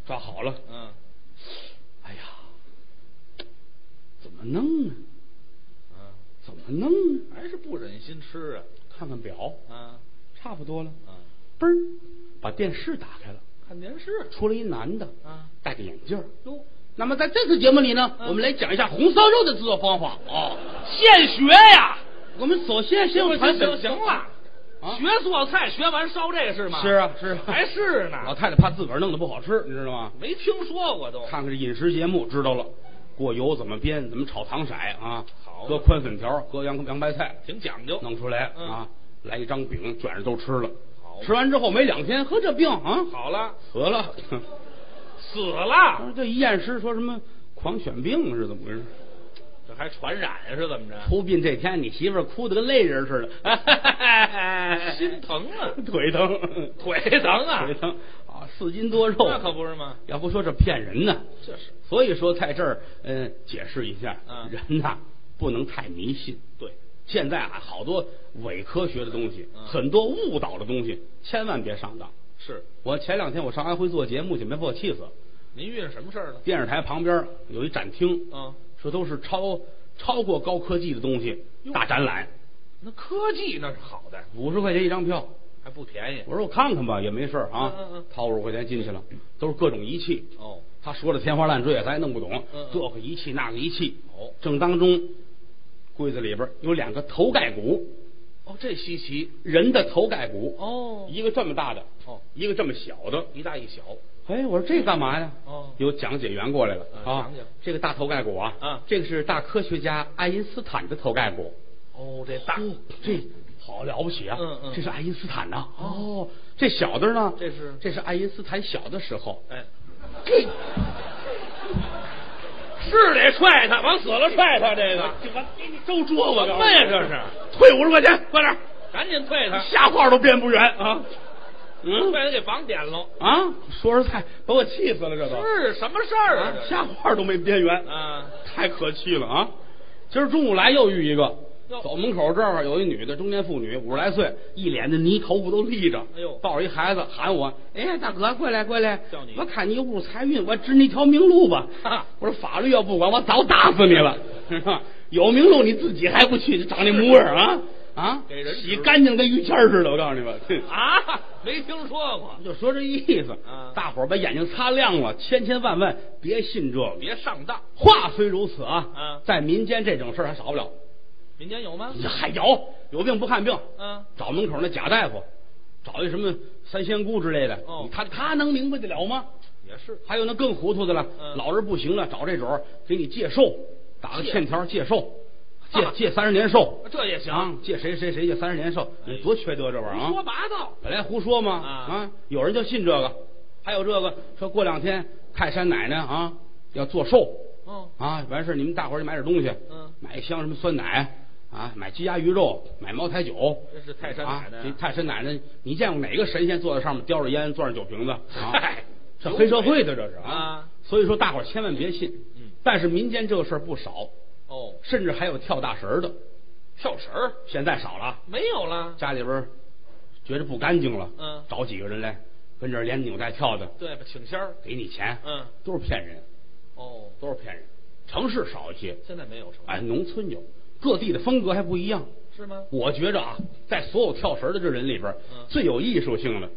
Speaker 2: 抓好了。
Speaker 3: 嗯，
Speaker 2: 哎呀，怎么弄呢？
Speaker 3: 嗯，
Speaker 2: 怎么弄呢？
Speaker 3: 还是不忍心吃啊，
Speaker 2: 看看表，
Speaker 3: 啊，
Speaker 2: 差不多了。
Speaker 3: 嗯，
Speaker 2: 嘣儿，把电视打开了，
Speaker 3: 看电视
Speaker 2: 出来一男的，
Speaker 3: 啊，
Speaker 2: 戴个眼镜儿。
Speaker 3: 哟，
Speaker 2: 那么在这次节目里呢，
Speaker 3: 嗯
Speaker 2: 我们来讲一下红烧肉的制作方法哦。
Speaker 3: 现学呀、
Speaker 2: 我们首先先用
Speaker 3: 行
Speaker 2: 传
Speaker 3: 行
Speaker 2: 粉，
Speaker 3: 行了，
Speaker 2: 啊
Speaker 3: 学做菜学完烧这是吗？
Speaker 2: 是啊是啊
Speaker 3: 还是呢，
Speaker 2: 老太太怕自个儿弄得不好吃，你知道吗？
Speaker 3: 没听说过都。
Speaker 2: 看看这饮食节目，知道了，过油怎么煸，怎么炒糖色啊？
Speaker 3: 好
Speaker 2: 搁宽粉条，搁洋洋白菜，
Speaker 3: 挺讲究，
Speaker 2: 弄出来
Speaker 3: 嗯
Speaker 2: 啊，来一张饼卷着都吃了。
Speaker 3: 好
Speaker 2: 吃完之后没两天，呵，这病啊，
Speaker 3: 好了，
Speaker 2: 死了。
Speaker 3: 死了，
Speaker 2: 这一验尸说什么狂犬病是怎么回事？
Speaker 3: 这还传染是怎么着？
Speaker 2: 出殡这天，你媳妇儿哭得跟泪人似的，
Speaker 3: 心疼啊，
Speaker 2: 腿疼，
Speaker 3: 腿疼啊
Speaker 2: 腿疼啊，四斤多肉，
Speaker 3: 那可不是吗？
Speaker 2: 要不说这骗人呢，
Speaker 3: 这是
Speaker 2: 所以说在这儿，嗯、解释一下，
Speaker 3: 嗯
Speaker 2: 人呐不能太迷信。
Speaker 3: 对，
Speaker 2: 现在啊，好多伪科学的东西，
Speaker 3: 嗯
Speaker 2: 很多误导的东西，千万别上当。
Speaker 3: 是。
Speaker 2: 我前两天我上安徽做节目去，没把我气死。
Speaker 3: 您遇上什么事儿了？
Speaker 2: 电视台旁边有一展厅，
Speaker 3: 嗯，
Speaker 2: 说都是超超过高科技的东西
Speaker 3: 哟
Speaker 2: 大展览，
Speaker 3: 那科技那是好的，
Speaker 2: 五十块钱一张票。
Speaker 3: 还不便宜。
Speaker 2: 我说我看看吧，也没事儿啊，
Speaker 3: 嗯嗯嗯
Speaker 2: 掏五十块钱进去了，都是各种仪器。
Speaker 3: 哦，
Speaker 2: 他说的天花乱坠，咱也弄不懂
Speaker 3: 嗯嗯，
Speaker 2: 这个仪器那个仪器。
Speaker 3: 哦
Speaker 2: 正当中，柜子里边有两个头盖骨，
Speaker 3: 哦，这稀奇。
Speaker 2: 人的头盖骨，
Speaker 3: 哦
Speaker 2: 一个这么大的，
Speaker 3: 哦
Speaker 2: 一个这么小的。
Speaker 3: 一大一小。
Speaker 2: 哎，我说这干嘛呀？
Speaker 3: 哦
Speaker 2: 有讲解员过来了
Speaker 3: 嗯
Speaker 2: 啊
Speaker 3: 讲解了！
Speaker 2: 这个大头盖骨啊，
Speaker 3: 啊
Speaker 2: 这个是大科学家爱因斯坦的头盖骨。
Speaker 3: 哦，这大。
Speaker 2: 哦这好了不起啊！
Speaker 3: 嗯嗯
Speaker 2: 这是爱因斯坦呐、
Speaker 3: 哦，
Speaker 2: 这小的呢？
Speaker 3: 这是
Speaker 2: 这是爱因斯坦小的时候。
Speaker 3: 哎，这是得踹他，往死了踹他这个。
Speaker 2: 我给你周桌
Speaker 3: 什么呀这是？啊
Speaker 2: 退五十块钱，快点！
Speaker 3: 赶紧退他，
Speaker 2: 瞎话都编不圆啊！嗯
Speaker 3: 快点给绑点喽。
Speaker 2: 啊，说说菜，把我气死了，这都
Speaker 3: 是什么事儿
Speaker 2: 啊
Speaker 3: 啊？这是
Speaker 2: 瞎话都没编圆，
Speaker 3: 啊，
Speaker 2: 太可气了啊！今儿中午来又遇一个
Speaker 3: 哟，
Speaker 2: 走门口这儿有一女的中年妇女，五十来岁，一脸的泥，头发都立着，
Speaker 3: 哎呦
Speaker 2: 抱着一孩子喊我，哎，大哥，过来过来
Speaker 3: 叫你，
Speaker 2: 我看你有股财运，我指你一条明路吧
Speaker 3: 哈哈。
Speaker 2: 我说法律要不管，我早打死你了， 是吧？有明路你自己还不去，就长那模样啊啊
Speaker 3: 给人！指
Speaker 2: 洗干净跟于谦儿似的，我告诉你吧。哼
Speaker 3: 啊，没听说过，
Speaker 2: 就说这意思
Speaker 3: 啊，
Speaker 2: 大伙儿把眼睛擦亮了，千千万万别信这个。
Speaker 3: 别上当。
Speaker 2: 话虽如此啊，
Speaker 3: 啊
Speaker 2: 在民间这种事儿还少不了。
Speaker 3: 民间有吗？
Speaker 2: 还有有病不看病，
Speaker 3: 嗯，
Speaker 2: 找门口那贾大夫，找一什么三仙姑之类的，
Speaker 3: 哦
Speaker 2: 你他他能明白得了吗？
Speaker 3: 也是
Speaker 2: 还有那更糊涂的了，
Speaker 3: 嗯
Speaker 2: 老人不行了，找这种儿给你借寿，打个
Speaker 3: 借啊
Speaker 2: 欠条儿借寿，借
Speaker 3: 哈
Speaker 2: 借三十年寿，
Speaker 3: 这也行。
Speaker 2: 啊，借谁谁谁借三十年寿，
Speaker 3: 哎
Speaker 2: 你多缺德这玩意儿
Speaker 3: 胡说
Speaker 2: 啊！
Speaker 3: 八道，
Speaker 2: 本来胡说嘛，
Speaker 3: 啊
Speaker 2: 啊，有人就信这个，还有这个说过两天泰山奶奶啊要做寿
Speaker 3: 嗯
Speaker 2: 啊，完事儿你们大伙儿就买点东西，
Speaker 3: 嗯
Speaker 2: 买一箱什么酸奶啊，买鸡鸭鱼肉，买茅台酒，
Speaker 3: 这是泰山奶奶
Speaker 2: 啊
Speaker 3: 啊
Speaker 2: 这泰山奶奶，你见过哪个神仙坐在上面叼着烟，攥着酒瓶子？啊
Speaker 3: 嗨
Speaker 2: 这黑社会的这是
Speaker 3: 啊
Speaker 2: 所以说大伙儿千万别信。
Speaker 3: 嗯
Speaker 2: 但是民间这个事儿不少，
Speaker 3: 哦，
Speaker 2: 甚至还有跳大神儿的，
Speaker 3: 跳绳儿
Speaker 2: 现在少了。
Speaker 3: 没有了，
Speaker 2: 家里边儿觉着不干净了，
Speaker 3: 嗯
Speaker 2: 找几个人来跟这儿连扭带跳的，
Speaker 3: 对吧？请仙儿，
Speaker 2: 给你钱，
Speaker 3: 嗯，
Speaker 2: 都是骗人，
Speaker 3: 哦，
Speaker 2: 都是骗人。城市少一些，
Speaker 3: 现在没有什么，
Speaker 2: 哎，农村有，各地的风格还不一样。
Speaker 3: 是吗？
Speaker 2: 我觉着啊，在所有跳绳的这人里边儿，
Speaker 3: 嗯
Speaker 2: 最有艺术性的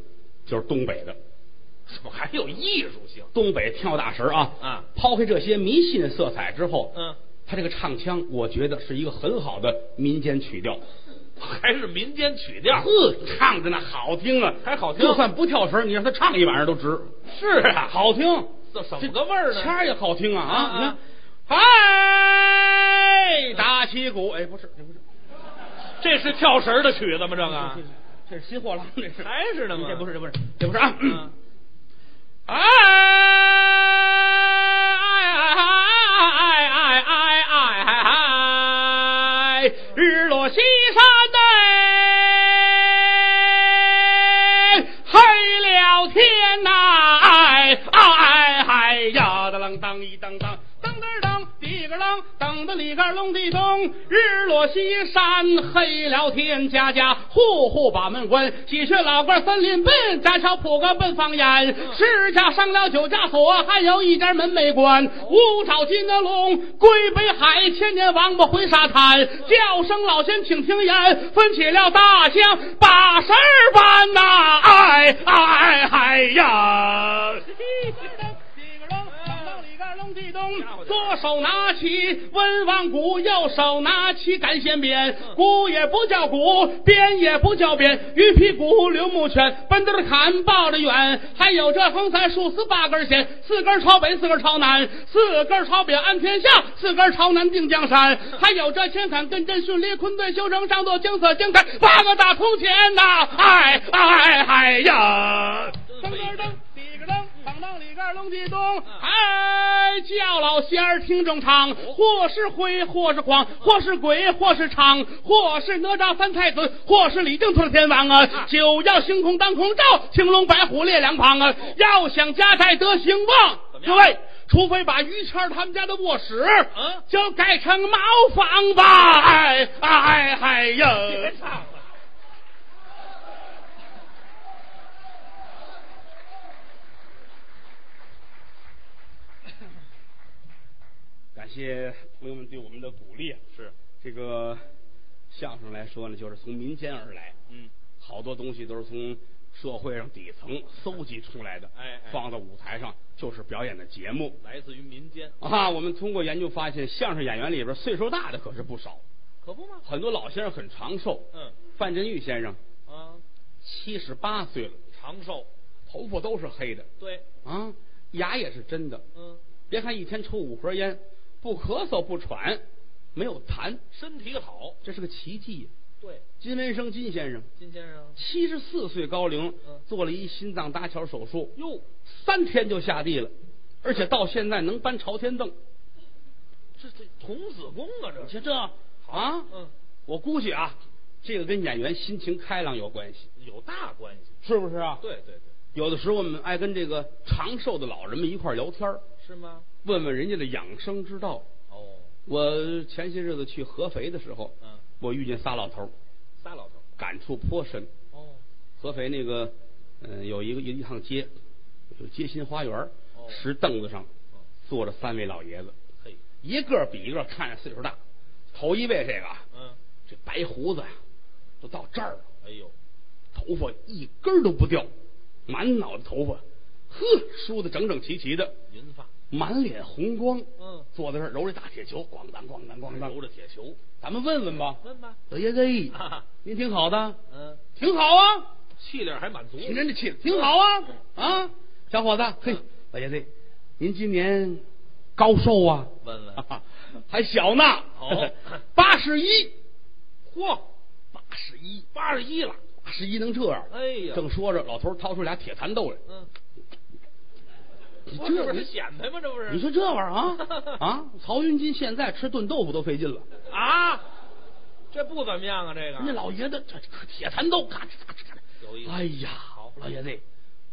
Speaker 2: 就是东北的。
Speaker 3: 怎么还有艺术性？
Speaker 2: 东北跳大神啊，
Speaker 3: 啊
Speaker 2: 抛开这些迷信的色彩之后，
Speaker 3: 嗯，
Speaker 2: 他这个唱腔，我觉得是一个很好的民间曲调，
Speaker 3: 还是民间曲调？
Speaker 2: 呵，唱的那好听啊，
Speaker 3: 还好听
Speaker 2: 就算不跳绳，你让他唱一晚上都值。
Speaker 3: 是啊，
Speaker 2: 好听，
Speaker 3: 这怎么个味儿呢
Speaker 2: 腔儿也好听啊啊！
Speaker 3: 啊
Speaker 2: 你看，嗨，打起鼓，哎，不是，这不是，
Speaker 3: 这是跳绳儿的曲子吗？这个
Speaker 2: 这是这是新货郎，这是
Speaker 3: 还是的吗
Speaker 2: 这不是，这不是，这不是啊！
Speaker 3: 嗯
Speaker 2: 哎哎哎哎哎哎哎！日落西山内，黑了天呐！哎哎哎呀的啷当一当当。噔噔噔，滴个啷，噔的里个隆的咚，日落西山，黑了天，家家户户把门关，喜鹊老官森林奔，家桥铺个奔放眼，十家上了九家锁，还有一家门没关，五爪金德龙，归北海，千年王八回沙滩，叫声老仙请听言，分起了大江把事儿办呐、哎哎哎呀！
Speaker 3: 哎
Speaker 2: 里个隆地咚，左手拿起文王鼓，右手拿起赶弦鞭，鼓也不叫鼓，鞭也不叫鞭，鱼皮鼓、刘木拳，奔着砍，抱着远，还有这横三竖四八根弦，四根朝北，四根朝南，四根朝北安天下，四根朝南定江山，还有这千坎艮震顺列坤兑修成上座京色京台，八个大铜钱呐、哎哎哎呀！噔噔噔，里个噔，当当里个隆地咚，哎，叫老仙儿听众唱，
Speaker 3: 哦
Speaker 2: 或是灰，或是狂，或是鬼，或是唱，或是哪吒三太子，或是李靖托天王啊，九曜星空当空照，青龙白虎列两旁啊，要想家宅得兴旺，
Speaker 3: 哦怎么
Speaker 2: 各
Speaker 3: 样
Speaker 2: 位。除非把于谦儿他们家的卧室，
Speaker 3: 嗯
Speaker 2: 就改成茅房吧！哎哎哎呀！
Speaker 3: 别唱了，
Speaker 2: 感谢朋友们对我们的鼓励。啊
Speaker 3: 是，
Speaker 2: 这个相声来说呢，就是从民间而来，
Speaker 3: 嗯，
Speaker 2: 好多东西都是从社会上底层搜集出来的，
Speaker 3: 哎哎
Speaker 2: 放到舞台上就是表演的节目
Speaker 3: 来自于民间，
Speaker 2: 啊。我们通过研究发现，相声演员里边岁数大的可是不少，
Speaker 3: 可不吗？
Speaker 2: 很多老先生很长寿，
Speaker 3: 嗯
Speaker 2: 范振钰先生
Speaker 3: 啊，
Speaker 2: 七十八岁了，
Speaker 3: 长寿，
Speaker 2: 头发都是黑的
Speaker 3: 对，
Speaker 2: 啊，牙也是真的。
Speaker 3: 嗯，
Speaker 2: 别看一天抽五盒烟，不咳嗽不喘，没有痰，
Speaker 3: 身体好，
Speaker 2: 这是个奇迹。
Speaker 3: 对，
Speaker 2: 金文生金先生
Speaker 3: 金先生，
Speaker 2: 七十四岁高龄
Speaker 3: 嗯，
Speaker 2: 做了一心脏搭桥手术，
Speaker 3: 哟，
Speaker 2: 三天就下地了，而且到现在能搬朝天凳。
Speaker 3: 嗯这这童子功啊，这
Speaker 2: 你
Speaker 3: 是
Speaker 2: 瞧这啊，
Speaker 3: 嗯，
Speaker 2: 我估计啊，这个跟演员心情开朗有关系，
Speaker 3: 有大关系，
Speaker 2: 是不是啊？
Speaker 3: 对对对，
Speaker 2: 有的时候我们爱跟这个长寿的老人们一块儿聊天儿
Speaker 3: 是吗？
Speaker 2: 问问人家的养生之道。
Speaker 3: 哦，
Speaker 2: 我前些日子去合肥的时候，
Speaker 3: 嗯
Speaker 2: 我遇见仨老头儿，
Speaker 3: 仨老头，
Speaker 2: 感触颇深。
Speaker 3: 哦，
Speaker 2: 合肥那个，嗯、有一个有一趟街，有街心花园，
Speaker 3: 哦
Speaker 2: 石凳子上
Speaker 3: 哦
Speaker 2: 坐着三位老爷子，
Speaker 3: 嘿，
Speaker 2: 一个比一个看着岁数大。头一位这个啊，
Speaker 3: 嗯，
Speaker 2: 这白胡子呀，都到这儿了，
Speaker 3: 哎呦，
Speaker 2: 头发一根儿都不掉，满脑袋头发，呵，梳的整整齐齐的，
Speaker 3: 银发，
Speaker 2: 满脸红光。
Speaker 3: 嗯
Speaker 2: 坐在这儿揉着大铁球，咣当咣当咣当
Speaker 3: 揉着铁球，
Speaker 2: 咱们问问吧，
Speaker 3: 问吧，
Speaker 2: 老爷子
Speaker 3: 哈哈，
Speaker 2: 您挺好的，
Speaker 3: 嗯，
Speaker 2: 挺好啊。
Speaker 3: 气量还满足，嗯
Speaker 2: 啊挺人家气，挺好啊啊！小伙子，嘿，老爷子，您今年高寿啊？
Speaker 3: 问问
Speaker 2: 还小呢，
Speaker 3: 哦
Speaker 2: 八十一，
Speaker 3: 嚯，八十一，八十一了，
Speaker 2: 八十一能这样？
Speaker 3: 哎呀
Speaker 2: 正说着，老头掏出俩铁蚕豆来，
Speaker 3: 嗯，
Speaker 2: 你
Speaker 3: 我
Speaker 2: 这
Speaker 3: 不是显摆吗？这不是？
Speaker 2: 你说这玩意儿 啊啊！曹云金现在吃炖豆腐都费劲了，
Speaker 3: 啊，这不怎么样啊，这个
Speaker 2: 人家老爷子这这铁蚕豆，咔哧咔哧咔
Speaker 3: 有意
Speaker 2: 哧，
Speaker 3: 思
Speaker 2: 哎呀，老爷子，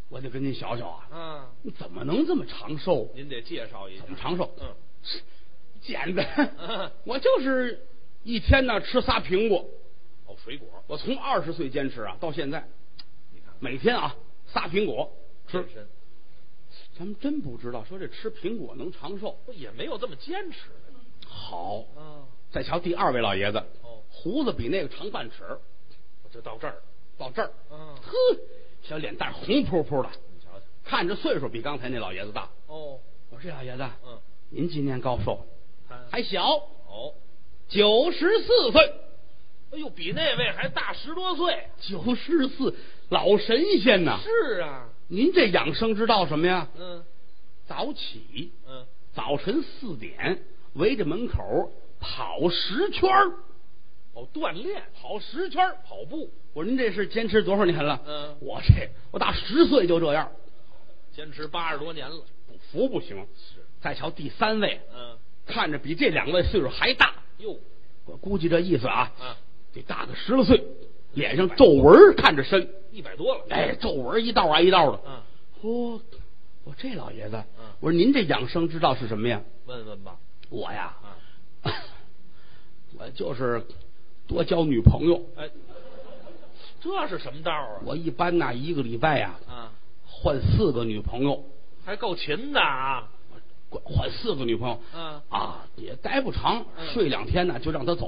Speaker 2: 我得跟您小小啊，
Speaker 3: 啊，
Speaker 2: 你怎么能这么长寿？
Speaker 3: 您得介绍一下
Speaker 2: 怎么长寿？
Speaker 3: 嗯，
Speaker 2: 简单
Speaker 3: 嗯，
Speaker 2: 我就是一天呢吃仨苹果，
Speaker 3: 哦，水果，
Speaker 2: 我从二十岁坚持啊到现在，
Speaker 3: 你看
Speaker 2: 每天啊仨苹果吃
Speaker 3: 健。身
Speaker 2: 咱们真不知道说这吃苹果能长寿。
Speaker 3: 不也没有这么坚持
Speaker 2: 好，
Speaker 3: 啊，
Speaker 2: 再瞧第二位老爷子，
Speaker 3: 哦，
Speaker 2: 胡子比那个长半尺，
Speaker 3: 我哦就到这儿了，
Speaker 2: 到这儿，
Speaker 3: 嗯
Speaker 2: 呵，小脸蛋红扑扑的，
Speaker 3: 你瞧瞧，
Speaker 2: 看着岁数比刚才那老爷子大。
Speaker 3: 哦，
Speaker 2: 我说这老爷子，
Speaker 3: 嗯，
Speaker 2: 您今年高寿？
Speaker 3: 看
Speaker 2: 还小，
Speaker 3: 哦，
Speaker 2: 九十四岁，
Speaker 3: 哎呦，比那位还大十多岁，
Speaker 2: 九十四，老神仙呐！
Speaker 3: 是啊，
Speaker 2: 您这养生之道什么呀？
Speaker 3: 嗯
Speaker 2: 早起，
Speaker 3: 嗯，
Speaker 2: 早晨四点围着门口跑十圈儿
Speaker 3: 哦，锻炼，
Speaker 2: 跑十圈儿
Speaker 3: 跑步，
Speaker 2: 我说您这是坚持多少年了？
Speaker 3: 嗯
Speaker 2: 我这我打十岁就这样，
Speaker 3: 坚持八十多年了，
Speaker 2: 不服不行。
Speaker 3: 是，
Speaker 2: 再瞧第三位，
Speaker 3: 嗯，
Speaker 2: 看着比这两位岁数还大，
Speaker 3: 哟，
Speaker 2: 我估计这意思啊，
Speaker 3: 啊，
Speaker 2: 得大个十来岁，
Speaker 3: 嗯
Speaker 2: 脸上皱纹儿看着深，
Speaker 3: 一百多了，
Speaker 2: 哎，皱纹儿一道挨一道的。
Speaker 3: 嗯，
Speaker 2: 嚯、我这老爷子，
Speaker 3: 嗯
Speaker 2: 我说您这养生之道是什么呀？
Speaker 3: 问问吧，
Speaker 2: 我呀，
Speaker 3: 啊，
Speaker 2: 我就是多交女朋友。
Speaker 3: 哎，这是什么道啊？
Speaker 2: 我一般呐、一个礼拜呀、
Speaker 3: 啊，
Speaker 2: 换四个女朋友，
Speaker 3: 还够勤的啊，
Speaker 2: 换换四个女朋友。
Speaker 3: 嗯，
Speaker 2: 啊，也待不长，
Speaker 3: 嗯
Speaker 2: 睡两天呢就让他走，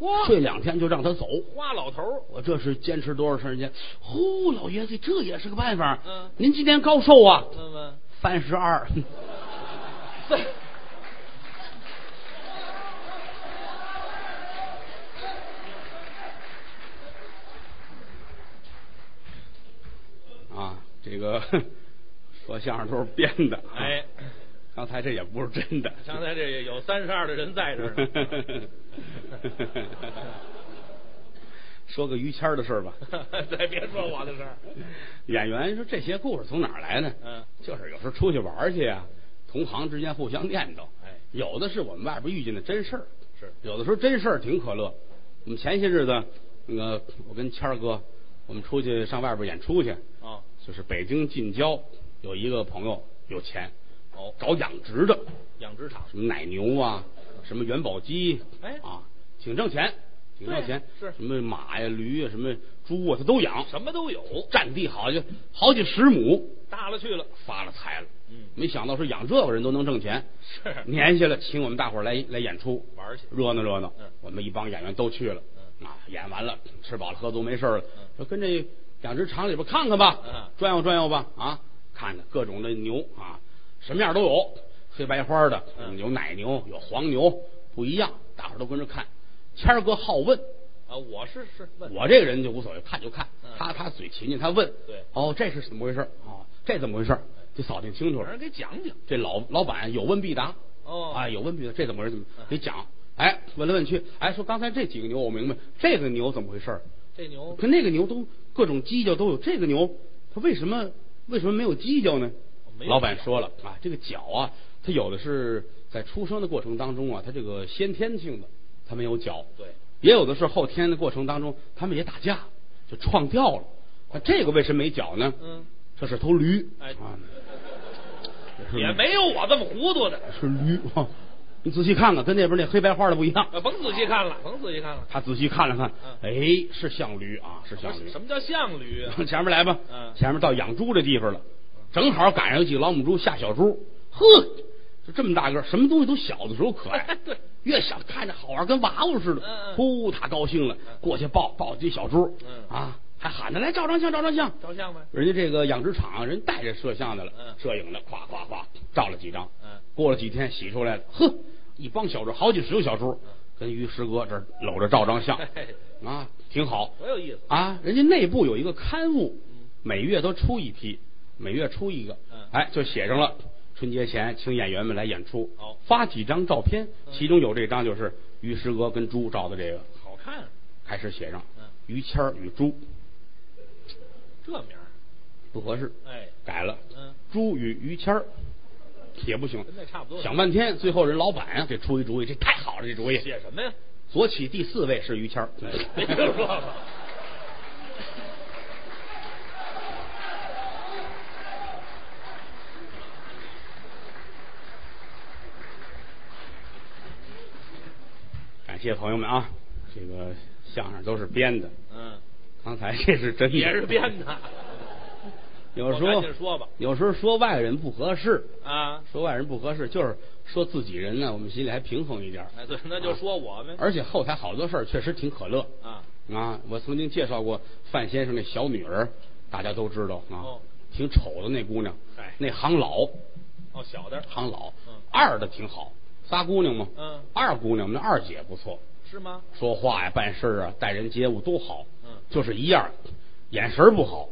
Speaker 3: 嚯
Speaker 2: 睡两天就让他走。
Speaker 3: 花老头儿，
Speaker 2: 我这是坚持多少时间？呼，老爷子，这也是个办法。
Speaker 3: 嗯
Speaker 2: 您今年高寿啊？
Speaker 3: 问问，
Speaker 2: 三十二。啊，这个哼说相声都是编的。啊
Speaker 3: 哎，
Speaker 2: 刚才这也不是真的。
Speaker 3: 刚才这有三十二的人在这 儿呢。
Speaker 2: 说个于谦儿的事儿 吧。
Speaker 3: 再别说我的事儿。
Speaker 2: 演员说这些故事从哪儿来呢？
Speaker 3: 嗯，
Speaker 2: 就是有时候出去玩儿去呀、同行之间互相念叨。
Speaker 3: 哎
Speaker 2: 有的是我们外边遇见的真事儿，
Speaker 3: 是
Speaker 2: 有的时候真事儿挺可乐。我们前些日子，那个我跟谦儿哥，我们出去上外边演出去，
Speaker 3: 哦
Speaker 2: 就是北京近郊有一个朋友有钱，
Speaker 3: 哦，
Speaker 2: 搞养殖的，
Speaker 3: 养殖场
Speaker 2: 什么奶牛啊，什么元宝鸡，
Speaker 3: 哎
Speaker 2: 啊，挺挣钱，挺挣钱，
Speaker 3: 对是
Speaker 2: 什么马呀、驴呀、什么猪啊，他都养，
Speaker 3: 什么都有，
Speaker 2: 占地好像好几十亩，
Speaker 3: 大了去了。
Speaker 2: 发了财了。
Speaker 3: 嗯
Speaker 2: 没想到说养这个人都能挣钱，
Speaker 3: 是
Speaker 2: 年下了，请我们大伙儿来来演出，
Speaker 3: 玩儿去
Speaker 2: 热闹热闹。
Speaker 3: 嗯
Speaker 2: 我们一帮演员都去了，啊，演完了，吃饱了喝足，没事儿了，
Speaker 3: 嗯
Speaker 2: 说跟这养殖场里边看看吧，
Speaker 3: 嗯
Speaker 2: 转悠转悠吧，啊，看看各种的牛啊，什么样都有，黑白花的，
Speaker 3: 嗯
Speaker 2: 有奶牛，有黄牛，不一样，大伙儿都跟着看。谦儿哥好问，
Speaker 3: 啊，我是是问
Speaker 2: 我这个人就无所谓，看就看
Speaker 3: 嗯，
Speaker 2: 他他嘴勤勤，他问，
Speaker 3: 对
Speaker 2: 哦，这是怎么回事儿？哦，这怎么回事儿？得扫听清楚
Speaker 3: 让
Speaker 2: 了
Speaker 3: 人。给讲讲。
Speaker 2: 这老老板有问必答。
Speaker 3: 哦
Speaker 2: 啊，有问必答，这怎么回事？怎么
Speaker 3: 嗯
Speaker 2: 得讲？哎，问来问去，哎，说刚才这几个牛我明白，这个牛怎么回事儿？
Speaker 3: 这牛
Speaker 2: 可那个牛都各种犄角都有，这个牛它为什么为什么没有犄角呢
Speaker 3: 哦？没有
Speaker 2: 老板说了啊，这个角啊，它有的是在出生的过程当中啊，它这个先天性的，它没有角。
Speaker 3: 对，
Speaker 2: 也有的是后天的过程当中，他们也打架，就撞掉了。那这个为什么没角呢？
Speaker 3: 嗯，
Speaker 2: 这是头驴，
Speaker 3: 哎
Speaker 2: 啊，这是驴
Speaker 3: 也没有我这么糊涂的。
Speaker 2: 是驴啊！你 仔细看看，跟那边那黑白花的不一样。
Speaker 3: 啊，甭仔细看了，甭仔细看了。
Speaker 2: 他仔细看了看，
Speaker 3: 嗯
Speaker 2: 哎，是像驴啊，是像驴。
Speaker 3: 什么叫像驴啊？
Speaker 2: 往 前面来吧，
Speaker 3: 嗯
Speaker 2: 前面到养猪这地方了，正好赶上有几个老母猪下小猪，呵，就这么大个儿，什么东西都小的时候可爱
Speaker 3: ，对，
Speaker 2: 越小看着好玩，跟娃娃似的
Speaker 3: 嗯嗯，
Speaker 2: 呼，他高兴了
Speaker 3: 嗯，
Speaker 2: 过去抱抱这小猪，
Speaker 3: 嗯
Speaker 2: 啊，还喊他来照张相，照张相。
Speaker 3: 照相呗。
Speaker 2: 人家这个养殖场人带着摄像的了，
Speaker 3: 嗯
Speaker 2: 摄影的，夸夸夸照了几张，
Speaker 3: 嗯
Speaker 2: 过了几天洗出来了，呵，一帮小猪，好几十个小猪，
Speaker 3: 嗯
Speaker 2: 跟于师哥这儿搂着照张相，啊，挺好
Speaker 3: 多有意思。
Speaker 2: 啊。人家内部有一个刊物
Speaker 3: 嗯，
Speaker 2: 每月都出一批，每月出一个
Speaker 3: 嗯，
Speaker 2: 哎，就写上了春节前请演员们来演出，
Speaker 3: 哦
Speaker 2: 发几张照片，
Speaker 3: 嗯
Speaker 2: 其中有这张就是于师哥跟猪照的这个，
Speaker 3: 好看，啊
Speaker 2: 开始写上
Speaker 3: 嗯
Speaker 2: 于谦儿与猪
Speaker 3: 这名儿，
Speaker 2: 不合适，
Speaker 3: 哎，
Speaker 2: 改了，
Speaker 3: 嗯，
Speaker 2: 猪与于谦儿也不行
Speaker 3: 跟，那差不多。
Speaker 2: 想半天，最后人老板啊给出一主意，这太好了，这主意，
Speaker 3: 写什么呀？
Speaker 2: 左起第四位是于谦儿，
Speaker 3: 没听说过。
Speaker 2: 感谢朋友们啊，这个相声都是编的，
Speaker 3: 嗯，
Speaker 2: 刚才这是真的，
Speaker 3: 也是编。的。
Speaker 2: 有时
Speaker 3: 我
Speaker 2: 候
Speaker 3: 赶紧说吧
Speaker 2: 有时候说外人不合适，
Speaker 3: 啊，
Speaker 2: 说外人不合适，就是说自己人呢，我们心里还平衡一点儿。啊
Speaker 3: 哎，对，那就说我呗。
Speaker 2: 而且后台好多事儿确实挺可乐
Speaker 3: 啊，
Speaker 2: 啊！我曾经介绍过范先生那小女儿，大家都知道啊，
Speaker 3: 哦
Speaker 2: 挺丑的那姑娘
Speaker 3: 哎，
Speaker 2: 那行老
Speaker 3: 哦，小点儿，
Speaker 2: 行老、
Speaker 3: 嗯
Speaker 2: 二的挺好，仨姑娘嘛，
Speaker 3: 嗯
Speaker 2: 二姑娘我们那二姐不错，
Speaker 3: 是吗？
Speaker 2: 说话呀、办事儿啊、待人接物都好，
Speaker 3: 嗯
Speaker 2: 就是一样，眼神儿不好。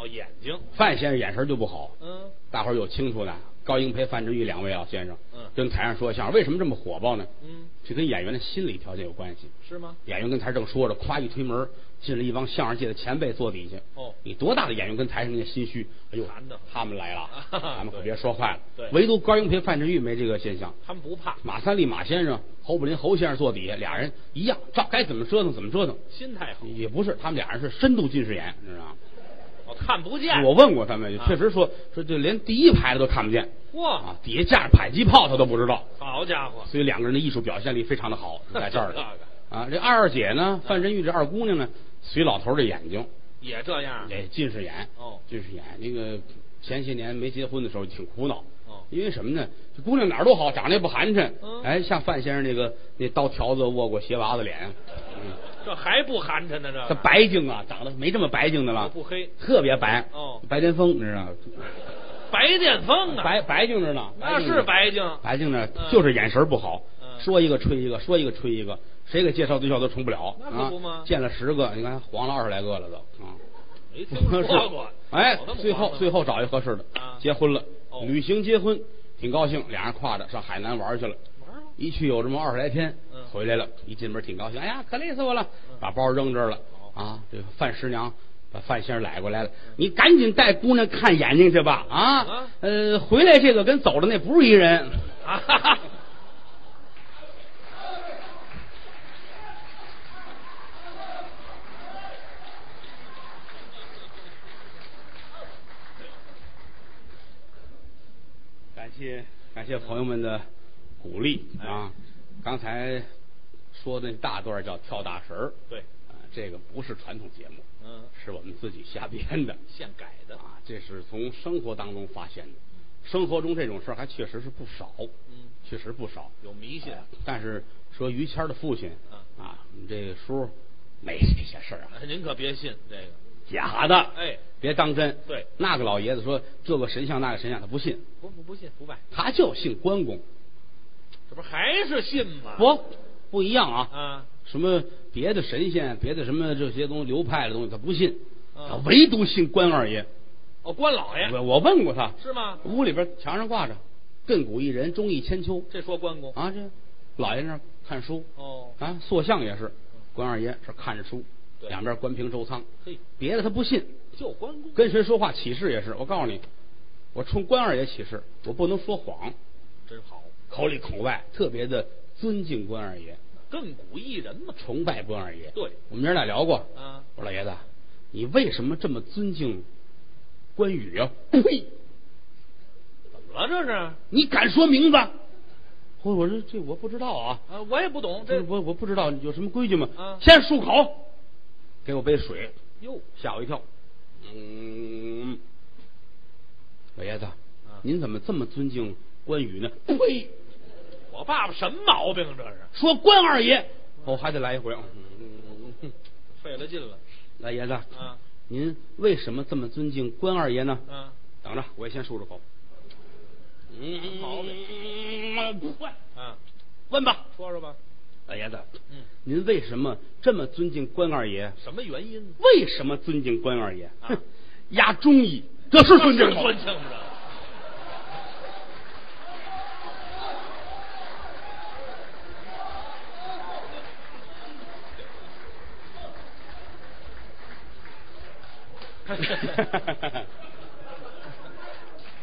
Speaker 3: 哦，眼睛，
Speaker 2: 范先生眼神儿就不好，
Speaker 3: 嗯，
Speaker 2: 大伙儿有清楚的，高英培、范志毅两位老啊先生，
Speaker 3: 嗯
Speaker 2: 跟台上说相声为什么这么火爆呢？
Speaker 3: 嗯，
Speaker 2: 这跟演员的心理条件有关系。
Speaker 3: 是吗？
Speaker 2: 演员跟台正说着，咵一推门，进了一帮相声界的前辈坐底下。
Speaker 3: 哦
Speaker 2: 你多大的演员跟台上人家心虚？哎呦
Speaker 3: 馋的，
Speaker 2: 他们来 了，
Speaker 3: 啊
Speaker 2: 咱们可
Speaker 3: 对
Speaker 2: 别说坏了。
Speaker 3: 对
Speaker 2: 唯独高英培、范志毅没这个现象。
Speaker 3: 他们不怕，
Speaker 2: 马三立马先生、侯宝林侯先生坐底下，俩人一样，照该怎么折腾怎么折腾。
Speaker 3: 心态好，
Speaker 2: 也不是，他们俩人是深度近视眼，你知道吗？
Speaker 3: 哦，看不见。
Speaker 2: 我问过他们，
Speaker 3: 啊
Speaker 2: 确实说说这连第一排的都看不见
Speaker 3: 嚯，
Speaker 2: 啊，底下架着迫击炮他都不知道，
Speaker 3: 好家伙，
Speaker 2: 所以两个人的艺术表现力非常的好，在这儿
Speaker 3: 这
Speaker 2: 呢
Speaker 3: 个
Speaker 2: 啊。这二姐呢，范振玉这二姑娘呢，随老头儿这眼睛，
Speaker 3: 也这样。
Speaker 2: 也近视眼
Speaker 3: 哦
Speaker 2: 近视眼。那个前些年没结婚的时候挺苦恼
Speaker 3: 哦，
Speaker 2: 因为什么呢？这姑娘哪儿都好，长得也不寒碜
Speaker 3: 嗯，
Speaker 2: 哎，像范先生那个那刀条子握过鞋娃子 脸，嗯
Speaker 3: 这还不寒碜呢，这
Speaker 2: 她
Speaker 3: 个
Speaker 2: 白净啊，长得没这么白净的了，
Speaker 3: 不黑
Speaker 2: 特别白
Speaker 3: 哦
Speaker 2: 白癜风你知道吗？
Speaker 3: 白癜风啊，
Speaker 2: 白白净着呢，
Speaker 3: 那
Speaker 2: 净着
Speaker 3: 啊是
Speaker 2: 呢
Speaker 3: 白净
Speaker 2: 白净着
Speaker 3: 嗯
Speaker 2: 就是眼神不好，
Speaker 3: 嗯
Speaker 2: 说一个吹一个，说一个吹一个，谁给介绍对象都成不了，
Speaker 3: 那可不
Speaker 2: 啊
Speaker 3: 吗
Speaker 2: 见了十个，你看黄了二十来个了都啊。。
Speaker 3: 没听说过
Speaker 2: 哎
Speaker 3: 有那么，
Speaker 2: 最后
Speaker 3: 黄的吗
Speaker 2: 最后找一合适的
Speaker 3: 啊，
Speaker 2: 结婚了
Speaker 3: 哦，
Speaker 2: 旅行结婚，挺高兴，俩人挎着上海南玩去了。
Speaker 3: 玩吧
Speaker 2: 一去有这么二十来天
Speaker 3: 嗯，
Speaker 2: 回来了，一进门挺高兴，哎呀，可累死我了，把包扔这儿了。啊，这个范师娘把范先生揽过来了，你赶紧带姑娘看眼睛去吧，啊
Speaker 3: 啊，
Speaker 2: 呃，回来这个跟走的那不是一人。
Speaker 3: 啊哈哈，
Speaker 2: 感谢感谢朋友们的鼓励
Speaker 3: 哎
Speaker 2: 啊！刚才说的那大段叫跳大神儿，
Speaker 3: 对，
Speaker 2: 啊，这个不是传统节目，
Speaker 3: 嗯，
Speaker 2: 是我们自己瞎编的
Speaker 3: 现改的，
Speaker 2: 啊，这是从生活当中发现的。生活中这种事儿还确实是不少，
Speaker 3: 嗯，
Speaker 2: 确实不少。
Speaker 3: 有迷信，
Speaker 2: 但是说于谦儿的父亲
Speaker 3: 啊嗯
Speaker 2: 啊，我们这个叔没这些事儿啊，
Speaker 3: 哎您可别信这个，
Speaker 2: 假的，
Speaker 3: 哎，
Speaker 2: 别当真。
Speaker 3: 对
Speaker 2: 那个老爷子说这个神像那个神像，他不信，
Speaker 3: 不不不信不拜，
Speaker 2: 他就信关公。
Speaker 3: 这不还是信吗？
Speaker 2: 不不一样啊，
Speaker 3: 啊，
Speaker 2: 什么别的神仙，别的什么这些东西流派的东西，他不信，
Speaker 3: 嗯
Speaker 2: 他唯独信关二爷。
Speaker 3: 哦，关老爷
Speaker 2: 我我问过他，
Speaker 3: 是啊吗？
Speaker 2: 屋里边墙上挂着“亘古一人，忠义千秋
Speaker 3: 这说关”公
Speaker 2: 啊，这老爷那儿看书
Speaker 3: 哦，
Speaker 2: 啊，塑像也是，关二爷是看着书，
Speaker 3: 对
Speaker 2: 两边关平周仓，
Speaker 3: 嘿，
Speaker 2: 别的他不信，
Speaker 3: 就关公，
Speaker 2: 跟谁说话起誓也是，我告诉你，我冲关二爷起誓，我不能说谎，
Speaker 3: 真好，
Speaker 2: 口里口外特别的尊敬关二爷，
Speaker 3: 亘古一人嘛，
Speaker 2: 崇拜关二爷。
Speaker 3: 对，
Speaker 2: 我们爷俩聊过，
Speaker 3: 啊，
Speaker 2: 我说老爷子，你为什么这么尊敬关羽啊？ 呸！
Speaker 3: 怎么了这是？
Speaker 2: 你敢说名字？我我说这我不知道啊，
Speaker 3: 啊，我也不懂
Speaker 2: 这
Speaker 3: 这，
Speaker 2: 我我不知道有什么规矩吗？
Speaker 3: 啊
Speaker 2: 先漱口，给我杯水，
Speaker 3: 哟，
Speaker 2: 吓我一跳。嗯，老爷子，
Speaker 3: 啊
Speaker 2: 您怎么这么尊敬关羽呢？呸！
Speaker 3: 我爸爸什么毛病这是？
Speaker 2: 说关二爷，我还得来一回。嗯
Speaker 3: 费了劲了，
Speaker 2: 老爷子，
Speaker 3: 啊
Speaker 2: 您为什么这么尊敬关二爷呢？
Speaker 3: 啊，
Speaker 2: 等着，我也先漱漱口。嗯，
Speaker 3: 毛
Speaker 2: 不问，
Speaker 3: 啊，
Speaker 2: 问吧，
Speaker 3: 说说吧，
Speaker 2: 老爷子，
Speaker 3: 嗯，
Speaker 2: 您为什么这么尊敬关二爷？
Speaker 3: 什么原因？
Speaker 2: 为什么尊敬关二爷？
Speaker 3: 啊
Speaker 2: 哼，压中医，这是尊敬
Speaker 3: 这
Speaker 2: 吗
Speaker 3: 是？尊敬的，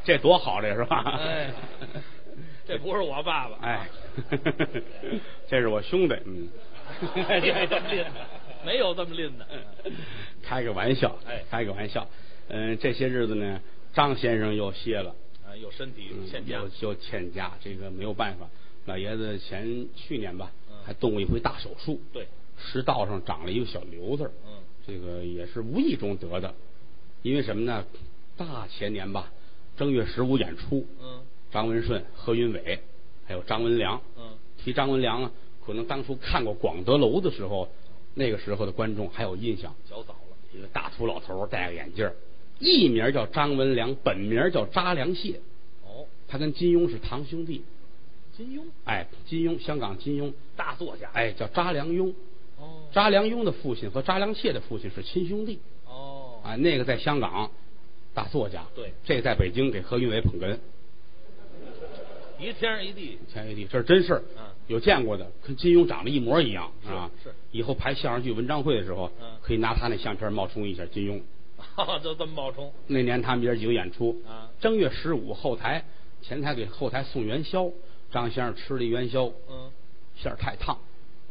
Speaker 2: 这多好，这是吧？
Speaker 3: 哎， 这不是我爸爸。
Speaker 2: 哎， 这是我兄弟，嗯，
Speaker 3: 没有这么吝的， 没有这么吝的。
Speaker 2: 开个玩笑，
Speaker 3: 哎
Speaker 2: 开个玩笑。嗯，这些日子呢，张先生又歇了，
Speaker 3: 啊，有身体
Speaker 2: 嗯
Speaker 3: 欠佳
Speaker 2: 又，又欠佳，这个没有办法。老爷子前去年吧
Speaker 3: 嗯，
Speaker 2: 还动过一回大手术，
Speaker 3: 对，
Speaker 2: 食道上长了一个小瘤子儿，
Speaker 3: 嗯
Speaker 2: 这个也是无意中得的。因为什么呢？大前年吧，正月十五演出，
Speaker 3: 嗯
Speaker 2: 张文顺、何云伟，还有张文良。
Speaker 3: 嗯，
Speaker 2: 提张文良啊，可能当初看过广德楼的时候，那个时候的观众还有印象。
Speaker 3: 脚早了。
Speaker 2: 一个大秃老头儿，戴个眼镜儿艺名叫张文良，本名叫查良燮。
Speaker 3: 哦，
Speaker 2: 他跟金庸是堂兄弟。
Speaker 3: 金庸
Speaker 2: 哎，金庸，香港金庸，
Speaker 3: 大作家。
Speaker 2: 哎，叫查良镛。
Speaker 3: 哦，
Speaker 2: 查良镛的父亲和查良燮的父亲是亲兄弟。
Speaker 3: 哦，
Speaker 2: 啊，那个在香港大作家，
Speaker 3: 对
Speaker 2: 这个在北京给何云伟捧哏，
Speaker 3: 一天儿一地，
Speaker 2: 前一地，这是真事儿
Speaker 3: 嗯，
Speaker 2: 有见过的，跟金庸长得一模一样
Speaker 3: 是
Speaker 2: 啊。
Speaker 3: 是
Speaker 2: 以后排相声剧文章会的时候
Speaker 3: 嗯，
Speaker 2: 可以拿他那相片冒充一下金庸。
Speaker 3: 就这么冒充。
Speaker 2: 那年他们爷儿几个演出
Speaker 3: 啊，
Speaker 2: 正月十五后台，前台给后台送元宵，张先生吃了一元宵，
Speaker 3: 嗯，哦
Speaker 2: 馅儿太烫，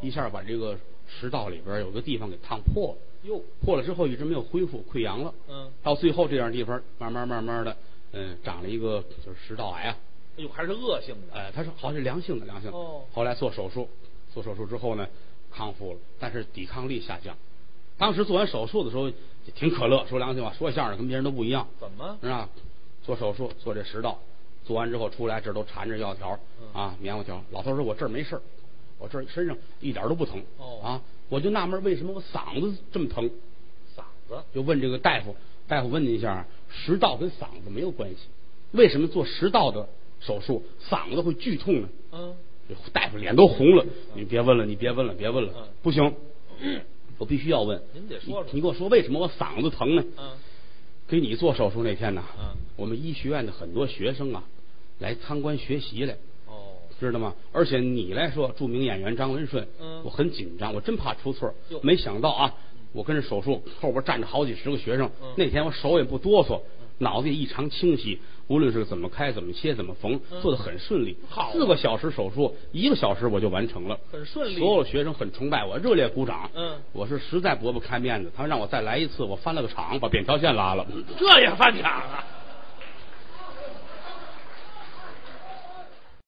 Speaker 2: 一下把这个食道里边有个地方给烫破了。
Speaker 3: 哟，
Speaker 2: 破了之后一直没有恢复，溃疡了。
Speaker 3: 嗯
Speaker 2: 到最后这样地方慢慢慢慢的，嗯，长了一个就是食道癌啊。
Speaker 3: 哎呦，还是恶性的。
Speaker 2: 呃，他说好像是良性的，良性的。
Speaker 3: 哦
Speaker 2: 后来做手术，做手术之后呢，康复了，但是抵抗力下降。当时做完手术的时候也挺可乐，说良心话，说相声跟别人都不一样，
Speaker 3: 怎么
Speaker 2: 是吧？做手术做这食道，做完之后出来这都缠着药条、
Speaker 3: 嗯
Speaker 2: 啊，棉花条。老头说我这儿没事儿，我这儿身上一点儿都不疼。
Speaker 3: 哦
Speaker 2: 啊，我就纳闷为什么我嗓子这么疼，
Speaker 3: 嗓子？
Speaker 2: 就问这个大夫，大夫问您一下，啊食道跟嗓子没有关系，为什么做食道的手术嗓子会剧痛呢？
Speaker 3: 嗯，
Speaker 2: 大夫脸都红了，你别问了，你别问了，别问了
Speaker 3: 嗯，
Speaker 2: 不行，我必须要问。
Speaker 3: 您得说说
Speaker 2: 你你给我说为什么我嗓子疼呢？
Speaker 3: 嗯，
Speaker 2: 给你做手术那天呢
Speaker 3: 嗯，
Speaker 2: 我们医学院的很多学生啊，来参观学习来，
Speaker 3: 哦，
Speaker 2: 知道吗？而且你来说，著名演员张文顺，
Speaker 3: 嗯
Speaker 2: 我很紧张，我真怕出错
Speaker 3: 哟。
Speaker 2: 没想到啊，我跟着手术后边站着好几十个学生
Speaker 3: 嗯，
Speaker 2: 那天我手也不哆嗦，脑子也异常清晰，无论是怎么开、怎么切、怎么缝，
Speaker 3: 嗯
Speaker 2: 做的很顺利
Speaker 3: 好啊。
Speaker 2: 四个小时手术，一个小时我就完成了，
Speaker 3: 很顺利
Speaker 2: 所有的学生很崇拜我，热烈鼓掌。
Speaker 3: 嗯
Speaker 2: 我是实在驳不开面子，他们让我再来一次，我翻了个场，把扁条线拉了。
Speaker 3: 这也翻场啊？